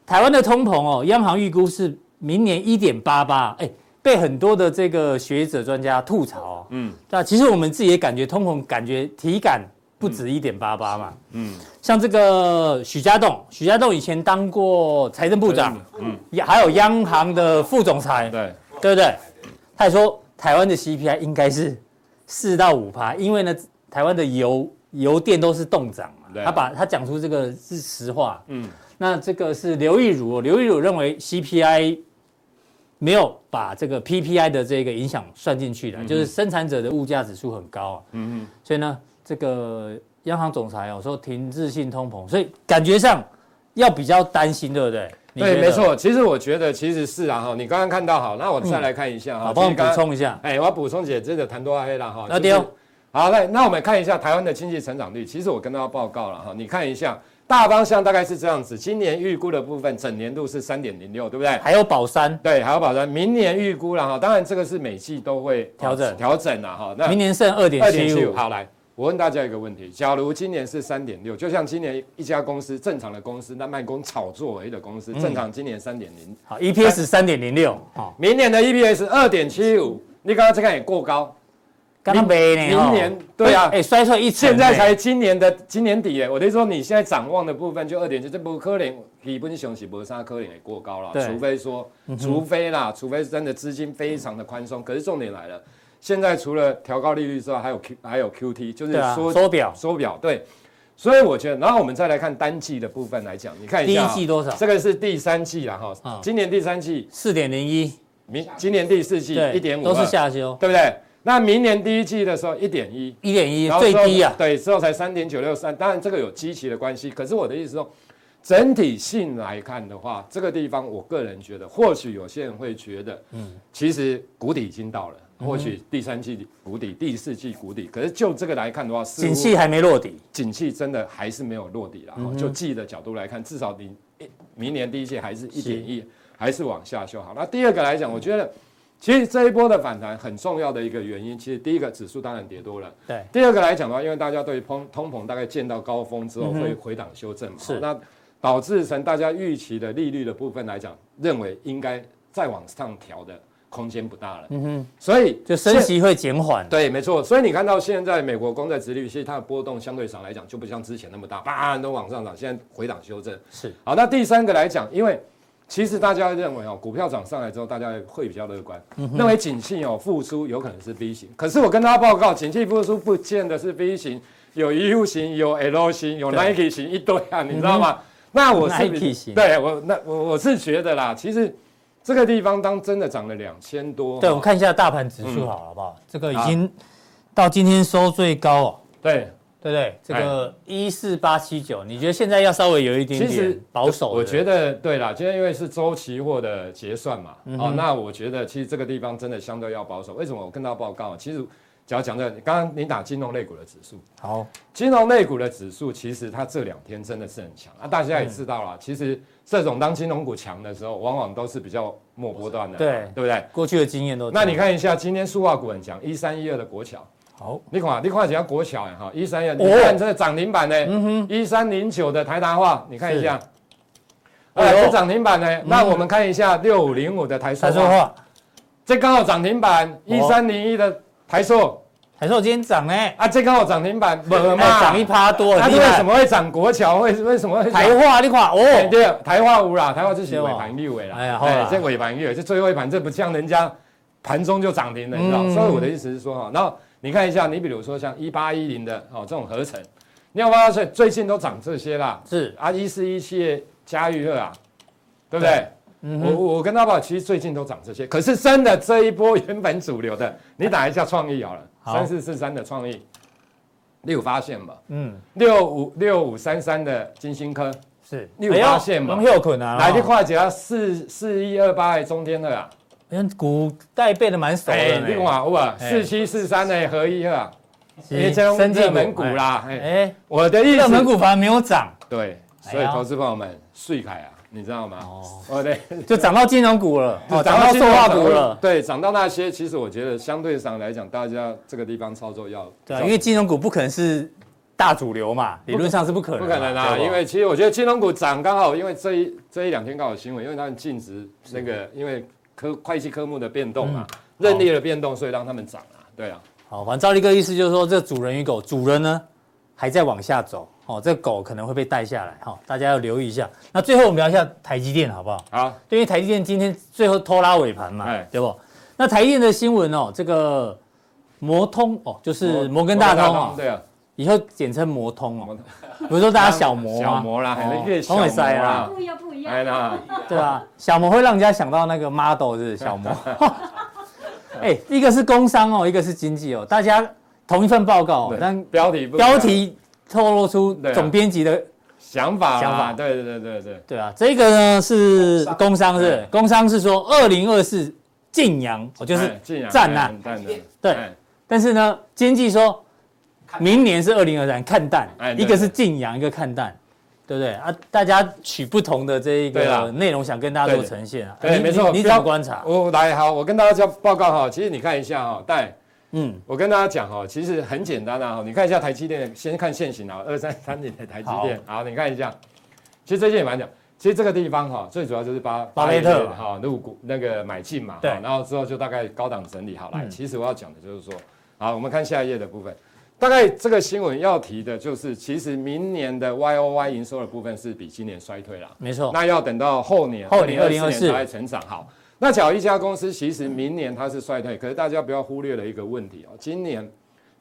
Speaker 1: 台湾的通膨哦，央行预估是明年一点八八，哎，被很多的这个学者专家吐槽、哦。
Speaker 3: 嗯
Speaker 1: 那其实我们自己也感觉通膨感觉体感不止一点八八嘛。
Speaker 3: 嗯，
Speaker 1: 像这个许家栋，许家栋以前当过财政部长，，
Speaker 3: 嗯，
Speaker 1: 也还有央行的副总裁，
Speaker 3: 对，
Speaker 1: 对不对？他也说台湾的 CPI 应该是四到五趴，因为呢，台湾的油油电都是动涨嘛
Speaker 3: 对。
Speaker 1: 他把他讲出这个是实话。
Speaker 3: 嗯，
Speaker 1: 那这个是刘玉茹哦，刘玉茹认为 CPI 没有把这个 PPI 的这个影响算进去了，就是生产者的物价指数很高啊，
Speaker 3: 嗯
Speaker 1: 所以呢，这个央行总裁哦说停滞性通膨，所以感觉上要比较担心，对不对？你
Speaker 3: 对，
Speaker 1: 觉得
Speaker 3: 没，错。其实我觉得其实是啊哈，你刚刚看到好，那我再来看一下哈
Speaker 1: 嗯好，，帮我们
Speaker 3: 其实刚
Speaker 1: 补
Speaker 3: 刚。
Speaker 1: 充一下。
Speaker 3: 哎，我要补充姐这个谈多拉黑了哈。
Speaker 1: 啊
Speaker 3: 就是
Speaker 1: 对哦
Speaker 3: 好嘞，那我们看一下台湾的经济成长率。其实我跟大家报告了哈，你看一下大方向大概是这样子。今年预估的部分整年度是三点零六，对不对？
Speaker 1: 还有宝山，
Speaker 3: 对，还有保障。明年预估了哈，当然这个是每季都会哦
Speaker 1: 调整
Speaker 3: 调整了哈。那
Speaker 1: 明年剩二点
Speaker 3: 二点
Speaker 1: 七
Speaker 3: 七五。
Speaker 1: 五，
Speaker 3: 好，来，我问大家一个问题：假如今年是三点六，就像今年一家公司正常的公司，那卖公炒作为的公司，
Speaker 1: 嗯
Speaker 3: 正常今年三点零，
Speaker 1: 好，EPS 三点零六，哦好，
Speaker 3: 明年的 EPS 二点七五，你刚刚这个也过高，
Speaker 1: 刚刚没呢，
Speaker 3: 明
Speaker 1: 哦
Speaker 3: 年对啊
Speaker 1: 哎，衰退一成，
Speaker 3: 现在
Speaker 1: 哎
Speaker 3: 才今年的今年底耶，我的意思说你现在展望的部分就二点七，这不可能，基本上是不杀可能也过高了，
Speaker 1: 对嗯
Speaker 3: 除非说，除非啦，除非是真的资金非常的宽松。可是重点来了，现在除了调高利率之外，还有 Q 还有 QT，就是
Speaker 1: 对啊，
Speaker 3: 缩
Speaker 1: 缩表
Speaker 3: 手表对。所以我觉得，然后我们再来看单季的部分来讲，你看一
Speaker 1: 第
Speaker 3: 下
Speaker 1: 一
Speaker 3: 啊、
Speaker 1: 季多少？
Speaker 3: 这个是第三季了哈
Speaker 1: 啊，
Speaker 3: 今年第三季，
Speaker 1: 四点零一，
Speaker 3: 明今年第四季一点五，啊
Speaker 1: 都是，下修，
Speaker 3: 对不对？那明年第一季的时候一点一，
Speaker 1: 一点一
Speaker 3: 然后
Speaker 1: 最
Speaker 3: 之后
Speaker 1: 低啊，
Speaker 3: 对，之后才三点九六三，当然这个有基期的关系，可是我的意思说，整体性来看的话，这个地方我个人觉得，或许有些人会觉得，嗯，其实谷底已经到了，
Speaker 1: 嗯
Speaker 3: 或许第三季谷底，第四季谷底，可是就这个来看的话，似乎
Speaker 1: 景气还没落底，
Speaker 3: 景气真的还是没有落底啦。
Speaker 1: 嗯
Speaker 3: 哈就季的角度来看，至少你一明年第一季还是一点一，还是往下修好。那第二个来讲，我觉得其实这一波的反弹很重要的一个原因，其实第一个指数当然跌多了，
Speaker 1: 对，
Speaker 3: 第二个来讲的话，因为大家对通通膨大概见到高峰之后会回档修正嘛，
Speaker 1: 嗯是
Speaker 3: 好那导致成大家预期的利率的部分来讲，认为应该再往上调的空间不大了，
Speaker 1: 嗯哼，
Speaker 3: 所以
Speaker 1: 就升息会减缓，
Speaker 3: 对，没错。所以你看到现在美国公债殖利率，其实它的波动相对上来讲就不像之前那么大，叭都往上涨，现在回档修正。
Speaker 1: 是
Speaker 3: 好，那第三个来讲，因为其实大家认为哦，股票涨上来之后，大家会比较乐观，
Speaker 1: 嗯
Speaker 3: 认为景气哦复苏有可能是 V 型。可是我跟大家报告，景气复苏不见得是 V 型，有 E U 型，有 L 型，有
Speaker 1: 对嗯
Speaker 3: Nike 型一堆啊，你知道吗？那我是
Speaker 1: Nike 型
Speaker 3: 对我那我我是觉得啦，其实这个地方当真的涨了两千多，
Speaker 1: 对，我们看一下大盘指
Speaker 3: 嗯
Speaker 1: 数好了，好不好？这个已经到今天收最高哦，
Speaker 3: 对。
Speaker 1: 对不对？这个一四八七九，你觉得现在要稍微有一点
Speaker 3: 哎其实
Speaker 1: 点保守？
Speaker 3: 我觉
Speaker 1: 得
Speaker 3: 得对啦，今天因为是周期货的
Speaker 1: 嗯
Speaker 3: 结算嘛，哦，那我觉得其实这个地方真的相对要保守。为什么？我跟大家报告，其实讲讲这个，刚刚你打金融类股的指数，
Speaker 1: 好，
Speaker 3: 金融类股的指数其实它这两天真的是很强啊，大
Speaker 1: 嗯
Speaker 3: 家也知道了，其实这种当金融股强的时候，往往都是比较末波段的，
Speaker 1: 对
Speaker 3: 对不对？
Speaker 1: 过去的经验都
Speaker 3: 那你看一下今天塑化股很强，一三一二的国桥，
Speaker 1: 好，
Speaker 3: 你看你看一下国桥哎哈，一三
Speaker 1: 哦
Speaker 3: 一二，你看真的涨停板呢，
Speaker 1: 嗯
Speaker 3: 一三零九的台达化，你看一下，啊
Speaker 1: 哎呦
Speaker 3: 是涨停板呢。那我们看一下六五零五的台塑
Speaker 1: 台说
Speaker 3: 化，
Speaker 1: 话，
Speaker 3: 这刚好涨停板，一
Speaker 1: 哦
Speaker 3: 三零一的台塑
Speaker 1: 台说今天涨呢，
Speaker 3: 啊，这刚好涨停板，不
Speaker 1: 哎
Speaker 3: 嘛
Speaker 1: 涨一趴多，
Speaker 3: 它
Speaker 1: 很
Speaker 3: 是
Speaker 1: 厉
Speaker 3: 为啊什
Speaker 1: 害。
Speaker 3: 么会涨国桥？为为什么会涨
Speaker 1: 台化你看
Speaker 3: 哎
Speaker 1: 哦，
Speaker 3: 对，台化五啦，台化这是尾盘六尾啦，
Speaker 1: 哎
Speaker 3: 哎
Speaker 1: 呀好啦
Speaker 3: 这尾盘六，这最后一盘这不像人家盘中就涨停了，你知道？
Speaker 1: 嗯
Speaker 3: 所以我的意思是说哦哈，然后你看一下，你比如说像一八一零的哦这种合成，你有没有发现最近都涨这些啦？
Speaker 1: 是，
Speaker 3: 啊，一四一七的嘉裕乐啊，对不对？
Speaker 1: 嗯
Speaker 3: 我
Speaker 1: 哼，
Speaker 3: 我跟他爸其实最近都涨这些，可是真的这一波原本主流的，你打一下创意好了，
Speaker 1: 好
Speaker 3: 三四四三的创意，你有发现吗？
Speaker 1: 嗯，
Speaker 3: 六五六五三三的金星科，
Speaker 1: 是。
Speaker 3: 你有发现吗
Speaker 1: 哎呦很有可能啊。
Speaker 3: 来去
Speaker 1: 哦
Speaker 3: 看一下四四一二八的中天二啊，
Speaker 1: 因为哎古代背的蛮熟的呢。
Speaker 3: 你看有啊，
Speaker 1: 哎
Speaker 3: 四七四三的合一二啊，
Speaker 1: 是
Speaker 3: 因为这种
Speaker 1: 生技
Speaker 3: 热门股，啦，
Speaker 1: 哎
Speaker 3: 哎，
Speaker 1: 哎，
Speaker 3: 我的意
Speaker 1: 热门
Speaker 3: 思，
Speaker 1: 股反而没有涨，
Speaker 3: 对，所
Speaker 1: 哎
Speaker 3: 以
Speaker 1: 呀
Speaker 3: 投资朋友们，税凯啊，你知道吗？
Speaker 1: 哦，
Speaker 3: 我的
Speaker 1: 就涨到金融股了，哦，涨到
Speaker 3: 金
Speaker 1: 塑
Speaker 3: 融
Speaker 1: 化
Speaker 3: 涨
Speaker 1: 股
Speaker 3: 到
Speaker 1: 了，
Speaker 3: 对，涨到那些，其实我觉得相对上来讲，大家这个地方操作要
Speaker 1: 对啊，因为金融股不可能是大主流嘛，理论上是不可能
Speaker 3: 不
Speaker 1: 嘛，
Speaker 3: 可能啊，
Speaker 1: 对不
Speaker 3: 因为其实我觉得金融股涨刚好，因为这一这一两天刚好新闻，因为他们净值那个因为科会计科目的变动啊，
Speaker 1: 嗯
Speaker 3: 认列的变动，所以让他们涨啊，对啊，
Speaker 1: 好，反正赵力哥意思就是说，这主人与狗，主人呢还在往下走，哦，这狗可能会被带下来，哈、哦，大家要留意一下。那最后我们聊一下台积电好不好？
Speaker 3: 好。
Speaker 1: 对因为台积电今天最后拖拉尾盘嘛，
Speaker 3: 哎
Speaker 1: 对不？那台积电的新闻哦，这个摩通哦，就是摩根大通哦，
Speaker 3: 对啊，
Speaker 1: 以后简称摩通
Speaker 3: 摩
Speaker 1: 哦，比如说大家小摩
Speaker 3: 小
Speaker 1: 啊，
Speaker 3: 摩啦，
Speaker 1: 哦
Speaker 3: 越小
Speaker 1: 通
Speaker 3: 摩
Speaker 1: 会塞
Speaker 3: 啦
Speaker 1: 啦，
Speaker 5: 不一样不一
Speaker 3: 哎
Speaker 5: 样，
Speaker 3: 啦，
Speaker 1: 对啊，小摩会让人家想到那个 model 是小 摩。哎、一个是工商哦，一个是经济哦，大家同一份报告、哦，但
Speaker 3: 但标题不一样
Speaker 1: 标题透露出
Speaker 3: 对啊
Speaker 1: 总编辑的，
Speaker 3: 想法
Speaker 1: 想
Speaker 3: 想
Speaker 1: 法
Speaker 3: 法，对对对对对，
Speaker 1: 对啊，这个呢是工
Speaker 4: 工
Speaker 1: 商是工商是说二零二四晋阳，哦就是
Speaker 3: 哎竟然
Speaker 1: 赞啊
Speaker 3: 哎赞的，
Speaker 1: 对
Speaker 3: 哎，
Speaker 1: 但是呢经济说明年是二零二三看淡
Speaker 3: 哎，对
Speaker 1: 一个是晋阳，一个看淡。对不对啊？大家取不同的这一
Speaker 3: 对
Speaker 1: 个
Speaker 3: 啦
Speaker 1: 内容，想跟大家做
Speaker 3: 对
Speaker 1: 呈现啊。
Speaker 3: 对
Speaker 1: 你
Speaker 3: 没错
Speaker 1: 你你怎么观察？
Speaker 3: 我来好，我跟大家报告哈，其实你看一下哈，但
Speaker 1: 嗯，
Speaker 3: 我跟大家讲哦，其实很简单啊，哈你看一下台积电，先看现行啊，二三三零的台积电，好，你看一下，其实最近也蛮讲，其实这个地方哈，最主要就是巴
Speaker 1: 巴菲特
Speaker 3: 哈入股那个买进嘛，
Speaker 1: 对
Speaker 3: 哈然后之后就大概高档整理好来。
Speaker 1: 嗯
Speaker 3: 其实我要讲的就是说，好，我们看下一页的部分，大概这个新闻要提的就是，其实明年的 Y O Y 营收的部分是比今年衰退啦，
Speaker 1: 没错。
Speaker 3: 那要等到后年
Speaker 1: 后年
Speaker 3: 2024
Speaker 1: 2024
Speaker 3: 年才会成长好。那假如一家公司其实明年它是衰退，可是大家不要忽略了一个问题哦，今年。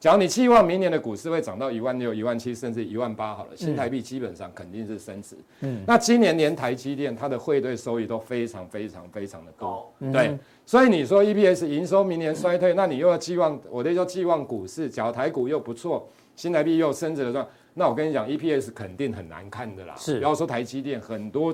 Speaker 3: 假如你期望明年的股市会涨到一万六、一万七，甚至一万八，好了，新台币基本上肯定是升值。
Speaker 1: 嗯
Speaker 3: 嗯，那今年连台积电它的汇兑收益都非常非常非常的高，
Speaker 1: 嗯
Speaker 3: 对，所以你说 EPS 营收明年衰退，那你又要寄望我的就寄望股市，假如台股又不错，新台币又升值的状况，那我跟你讲 EPS 肯定很难看的啦。
Speaker 1: 是
Speaker 3: 不要说台积电，很多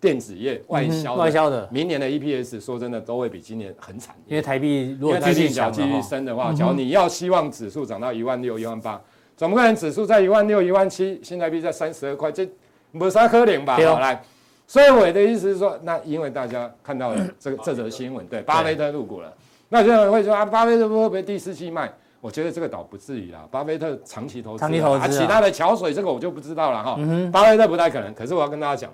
Speaker 3: 电子业外销、
Speaker 1: 嗯外销的
Speaker 3: 明年的 EPS 说真的都会比今年很惨
Speaker 1: 因为台币如
Speaker 3: 因
Speaker 1: 果
Speaker 3: 为台
Speaker 1: 继续
Speaker 3: 币只要
Speaker 1: 强
Speaker 3: 继
Speaker 1: 的嗯
Speaker 3: 续
Speaker 1: 话，
Speaker 3: 升的话，假如你要希望指数涨到一万六、一万八，总不可能指数在一万六、一万七，新台币在三十二块，这没啥可能吧？
Speaker 1: 对哦
Speaker 3: 好来，所以我的意思是说，那因为大家看到了
Speaker 1: 嗯
Speaker 3: 这个这则新闻，对，巴菲特入股了，那有人会说啊，巴菲特会不会第四季卖？我觉得这个倒不至于啦，巴菲特长期投资啦，
Speaker 1: 长期投资啊嗯
Speaker 3: 其他的桥水这个我就不知道了哈。巴菲特不太可能，可是我要跟大家讲，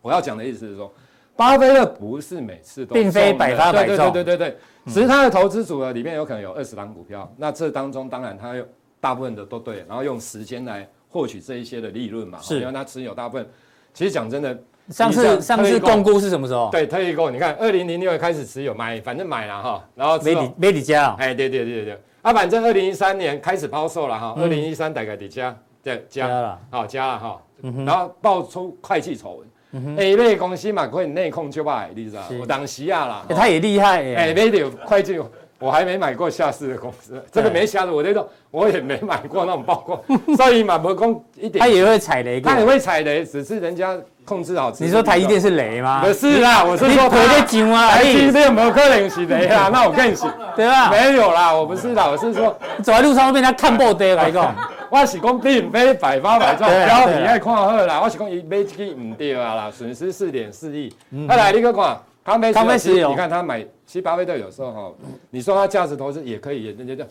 Speaker 3: 我要讲的意思是说，巴菲特不是每次都
Speaker 1: 并非
Speaker 3: 中的
Speaker 1: 百发百
Speaker 3: 对
Speaker 1: 中嗯
Speaker 3: 对对对对对，只是他的投资组合里面有可能有二十档股票，那这当中当然他有大部分的都对，然后用时间来获取这一些的利润嘛，哦
Speaker 1: 是
Speaker 3: 因为他持有大部分。其实讲真的，
Speaker 1: 上
Speaker 3: 你
Speaker 1: 次
Speaker 3: 像
Speaker 1: 上
Speaker 3: 特
Speaker 1: 次
Speaker 3: 异
Speaker 1: 共估是什么时候？
Speaker 3: 对特异构，你看二零零六开始持有买，反正买了哈，然后之
Speaker 1: 没
Speaker 3: 后
Speaker 1: 底没底价哦，
Speaker 3: 哎，对对对对，啊，反正二零一三年开始抛售了哈，二零一三大概得加对
Speaker 1: 嗯加
Speaker 3: 加
Speaker 1: 了，嗯
Speaker 3: 好加了哈，然后爆出会计丑闻，A 类公司嘛可以内控就卖，你知道吗
Speaker 1: 是？
Speaker 3: 我当时啊啦
Speaker 1: 哎，他也厉害
Speaker 3: 哎
Speaker 1: 耶，
Speaker 3: m e d i 会计，我还没买过下市的公司，这个
Speaker 1: 对
Speaker 3: 没下市，我这种我也没买过那种报告，所以嘛，不公一点，
Speaker 1: 他也会踩雷过
Speaker 3: 他，也会踩雷，只是人家控制好。
Speaker 1: 你说台积电？是雷吗？
Speaker 3: 不是啦，我是
Speaker 1: 你
Speaker 3: 说
Speaker 1: 腿
Speaker 3: 它
Speaker 1: 在紧啊，
Speaker 3: 台积
Speaker 1: 你
Speaker 3: 电没有可能是雷啦，那我更是
Speaker 1: 对吧？
Speaker 3: 没有啦，我不是啦，我是说，
Speaker 1: 走在路上会被人家看爆的，我跟你 讲，
Speaker 3: 我是讲并非百发百中，
Speaker 1: 对啊
Speaker 3: 标
Speaker 1: 对啊
Speaker 3: 你爱看好啦，我是讲伊买这个唔对啊啦，损失四点四亿。再来你去看，康菲
Speaker 1: 嗯康菲
Speaker 3: 石
Speaker 1: 石
Speaker 3: 油，
Speaker 1: 油
Speaker 3: 你看他买，其实巴菲特有时候哈，你说他价值投资也可以，人家就。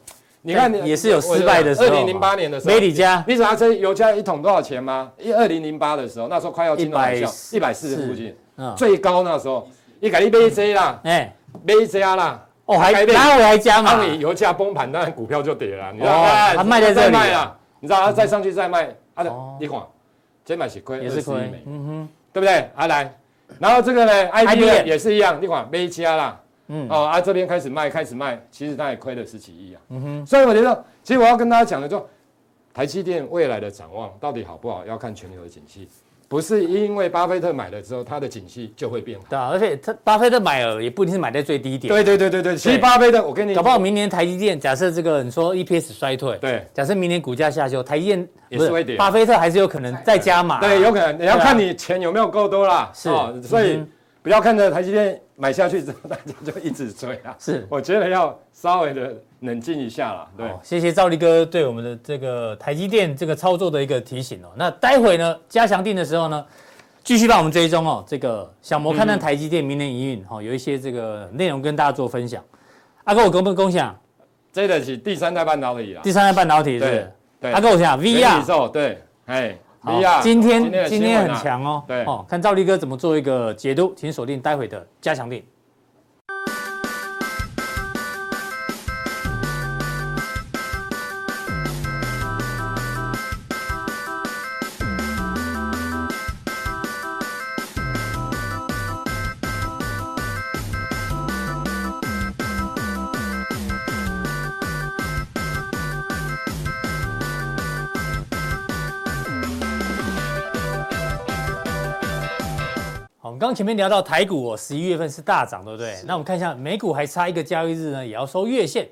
Speaker 3: 你看
Speaker 1: 但，也是有失败的时候
Speaker 3: 二
Speaker 1: 嘛
Speaker 3: 零零八年的时候，
Speaker 1: 美里加
Speaker 3: 你知道这油价一桶多少钱吗？一二零零八的时候，那时候快要金融海啸，一百四
Speaker 1: 140
Speaker 3: 附近，
Speaker 1: 嗯，
Speaker 3: 最高那时候，你给你买这啦，
Speaker 1: 哎，
Speaker 3: 买这啦，
Speaker 1: 哦，还
Speaker 3: 改变
Speaker 1: 拿回来加嘛
Speaker 3: 当，啊你油价崩盘，当然股票就跌了。你知道
Speaker 1: 啊哦
Speaker 3: 吗？
Speaker 1: 它卖在这
Speaker 3: 再
Speaker 1: 里
Speaker 3: 卖
Speaker 1: 啊
Speaker 3: 啊，你知道它再上去再卖，啊，
Speaker 1: 哦
Speaker 3: 你看，这买是亏，
Speaker 1: 也是亏
Speaker 3: 21美，
Speaker 1: 嗯哼，
Speaker 3: 对不对？啊，来，然后这个呢，I B
Speaker 1: IBM
Speaker 3: 也是一样，你看没加啦，
Speaker 1: 嗯
Speaker 3: 哦啊，这边开始卖，开始卖，其实它也亏了十几亿啊。
Speaker 1: 嗯
Speaker 3: 所以我觉得，其实我要跟大家讲的就，台积电未来的展望到底好不好，要看全球的景气，不是因为巴菲特买了之后，它的景气就会变好。
Speaker 1: 对啊，而且他巴菲特买了也不一定是买在最低点，
Speaker 3: 对对对对对，其实
Speaker 1: 对
Speaker 3: 巴菲特，我跟你
Speaker 1: 搞不好明年台积电假设这个你说 EPS 衰退，
Speaker 3: 对
Speaker 1: 假设明年股价下修，台积电
Speaker 3: 也
Speaker 1: 不
Speaker 3: 是会跌
Speaker 1: 巴菲特还是有可能再加码，
Speaker 3: 对，有可能你要
Speaker 1: 对啊
Speaker 3: 看你钱有没有够多啦。哦
Speaker 1: 是
Speaker 3: 所以
Speaker 1: 嗯
Speaker 3: 不要看着台积电买下去之后，大家就一直追啊。
Speaker 1: 是。
Speaker 3: 我觉得要稍微的冷静一下啦。对，
Speaker 1: 哦，谢谢赵力哥对我们的这个台积电这个操作的一个提醒哦。那待会呢，加强定的时候呢，继续帮我们追踪哦。这个小魔看看台积电明年营运哈、哦，有一些这个内容跟大家做分享。阿哥，我跟不跟享
Speaker 3: 这个是第三代半导体啦
Speaker 1: 第。三代半导体是不是？
Speaker 3: 对，
Speaker 1: 阿哥，我想
Speaker 3: 哎元宇
Speaker 1: VR，
Speaker 3: 宙对，哎
Speaker 1: 好
Speaker 3: ，VR，
Speaker 1: 今
Speaker 3: 的
Speaker 1: 天今
Speaker 3: 新闻
Speaker 1: 天
Speaker 3: 啊
Speaker 1: 很。强哦。
Speaker 3: 对
Speaker 1: 哦，看赵力哥怎么做一个解读，请锁定待会的加强定。好，我们刚刚前面聊到台股哦，十一月份是大涨，对不对？那我们看一下美股，还差一个交易日呢，也要收月线。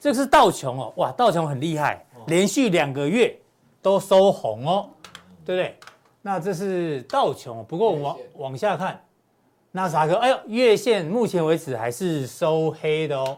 Speaker 1: 这个是道琼哦，哇，道琼很厉害，
Speaker 3: 哦
Speaker 1: 连续两个月都收红哦，对不对？那这是道琼，哦不过我们往
Speaker 4: 月线
Speaker 1: 往下看，纳斯达克，哎呦，月线目前为止还是收黑的哦。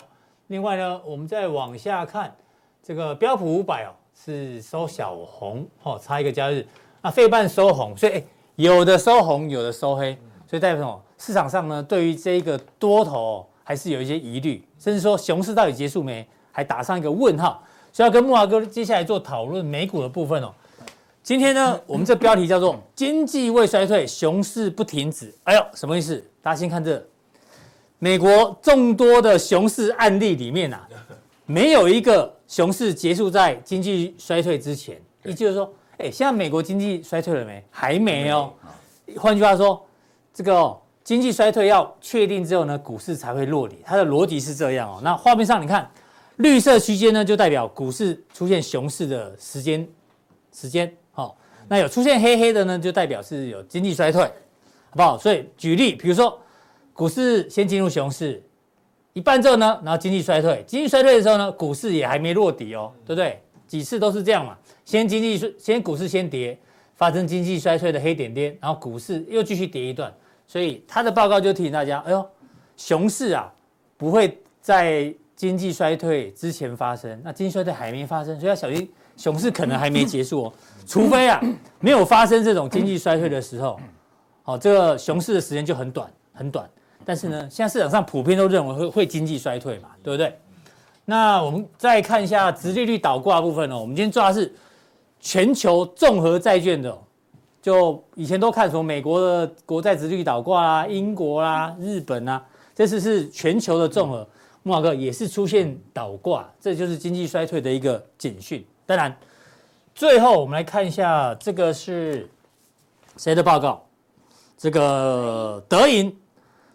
Speaker 1: 另外呢，我们再往下看，这个标普五百哦是收小红哦，差一个交易日。那费半收红，所以、哎有的收红，有的收黑，所以代表什么？市场上呢对于这个多头、哦、还是有一些疑虑，甚至说熊市到底结束没，还打上一个问号。所以要跟木华哥接下来做讨论美股的部分哦。今天呢，我们这标题叫做“经济未衰退，熊市不停止”。哎呦，什么意思？大家先看这美国众多的熊市案例里面啊，没有一个熊市结束在经济衰退之前。也就是说，哎，现在美国经济衰退了没？还没哦。换句话说，这个、哦、经济衰退要确定之后呢，股市才会落底。它的逻辑是这样哦。那画面上你看，绿色区间呢，就代表股市出现熊市的时间时间。好、哦，那有出现黑黑的呢，就代表是有经济衰退，好不好？所以举例，比如说股市先进入熊市，一半之后呢，然后经济衰退，经济衰退的时候呢，股市也还没落底哦，对不对？几次都是这样嘛，先经济衰先股市先跌，发生经济衰退的黑点点，然后股市又继续跌一段，所以他的报告就提醒大家，哎呦，熊市啊不会在经济衰退之前发生，那经济衰退还没发生，所以要小心熊市可能还没结束哦，除非啊没有发生这种经济衰退的时候，好、这个熊市的时间就很短很短，但是呢，现在市场上普遍都认为会会经济衰退嘛，对不对？那我们再看一下直利率倒挂的部分哦，我们今天抓的是全球综合债券的哦、就以前都看什么美国的国债殖利率倒挂啦、英国啦、日本啦、这次是全球的综合，木华哥也是出现倒挂，这就是经济衰退的一个警讯。当然，最后我们来看一下这个是谁的报告？这个德银，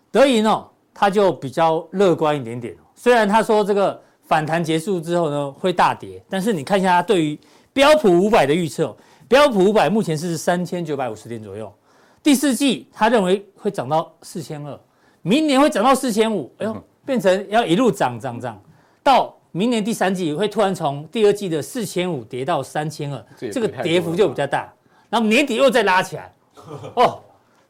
Speaker 1: 德银哦，他就比较乐观一点点哦。虽然他说这个反弹结束之后呢会大跌，但是你看一下他对于标普五百的预测哦、标普五百目前是三千九百五十点左右，第四季他认为会涨到四千二，明年会涨到四千五，
Speaker 2: 嗯
Speaker 1: 哎呦，变成要一路涨涨涨，到明年第三季会突然从第二季的四千五跌到三千二
Speaker 2: 这，也
Speaker 1: 这个
Speaker 2: 跌太多
Speaker 1: 跌
Speaker 2: 了
Speaker 1: 幅
Speaker 2: 吧
Speaker 1: 就比较大，然后年底又再拉起来，哦，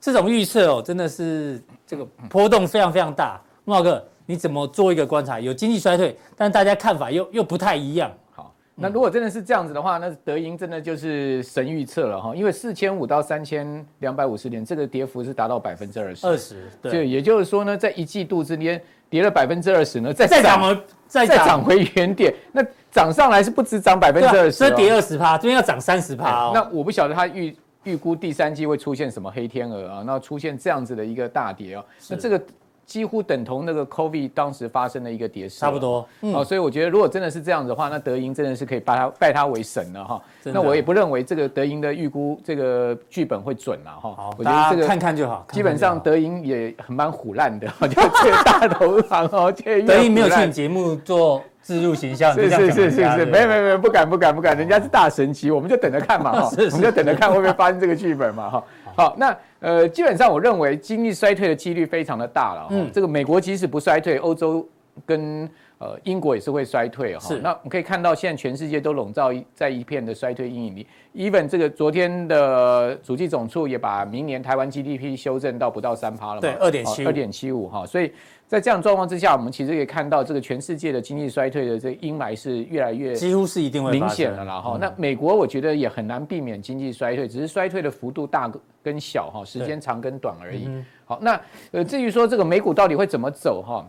Speaker 1: 这种预测哦，真的是这个
Speaker 2: 嗯
Speaker 1: 波动非常非常大。木华哥，你怎么做一个观察？有经济衰退，但大家看法又又不太一样。
Speaker 2: 好，那如果真的是这样子的话，那德银真的就是神预测了哈，因为四千五到三千两百五十点，这个跌幅是达到百分之二十。
Speaker 1: 二十，
Speaker 2: 就
Speaker 1: 对，
Speaker 2: 也就是说呢，在一季度之间跌了百分之二十呢，再
Speaker 1: 再
Speaker 2: 涨
Speaker 1: 涨回再
Speaker 2: 再
Speaker 1: 涨啊
Speaker 2: 涨，回原点，那涨上来是不止涨百分之二十，哦哎
Speaker 1: 这跌二十趴，这边要涨三十趴哦。
Speaker 2: 那我不晓得他预预估第三季会出现什么黑天鹅啊，那出现这样子的一个大跌哦，那这个几乎等同那个 COVID 当时发生的一个跌势，
Speaker 1: 差不。多，嗯，
Speaker 2: 哦，所以我觉得如果真的是这样子的话，那德银真的是可以拜他拜他为神了哈。
Speaker 1: 真的
Speaker 2: 那我也不认为这个德银的预估这个剧本会准了啊哈
Speaker 1: 好。，
Speaker 2: 我觉
Speaker 1: 大
Speaker 2: 得这
Speaker 1: 家
Speaker 2: 个
Speaker 1: 看看就好。
Speaker 2: 基本上
Speaker 1: 德
Speaker 2: 德银也很蛮虎烂的， 就这个大投行哦，这个
Speaker 1: 德英没有
Speaker 2: 越虎
Speaker 1: 去
Speaker 2: 烂
Speaker 1: 你节目做植入形象，
Speaker 2: 是
Speaker 1: 你这样
Speaker 2: 是
Speaker 1: 讲
Speaker 2: 是是
Speaker 1: 人家对
Speaker 2: 是，没没没，不敢不敢不敢，人家是大神级，我们就等着看嘛哈，
Speaker 1: 是是
Speaker 2: 我们就等着看会不会发生这个剧本嘛哈。好，那呃，基本上我认为经济衰退的几率非常的大了哈
Speaker 1: 嗯。
Speaker 2: 这个美国即使不衰退，欧洲跟呃英国也是会衰退哦哈
Speaker 1: 是。
Speaker 2: 那我们可以看到，现在全世界都笼罩一在一片的衰退阴影里。even 这个昨天的主计总处也把明年台湾 GDP 修正到不到三趴了嘛，哦
Speaker 1: 对2.75
Speaker 2: 二点七五哈，所以在这样状况之下，我们其实可以看到这个全世界的经济衰退的这个阴霾是越来越
Speaker 1: 几乎是一定会发生嗯
Speaker 2: 明显了啦哈。那美国我觉得也很难避免经济衰退，只是衰退的幅度大跟小哈，时间长跟短而已。
Speaker 1: 嗯
Speaker 2: 好，那呃至于说这个美股到底会怎么走哈，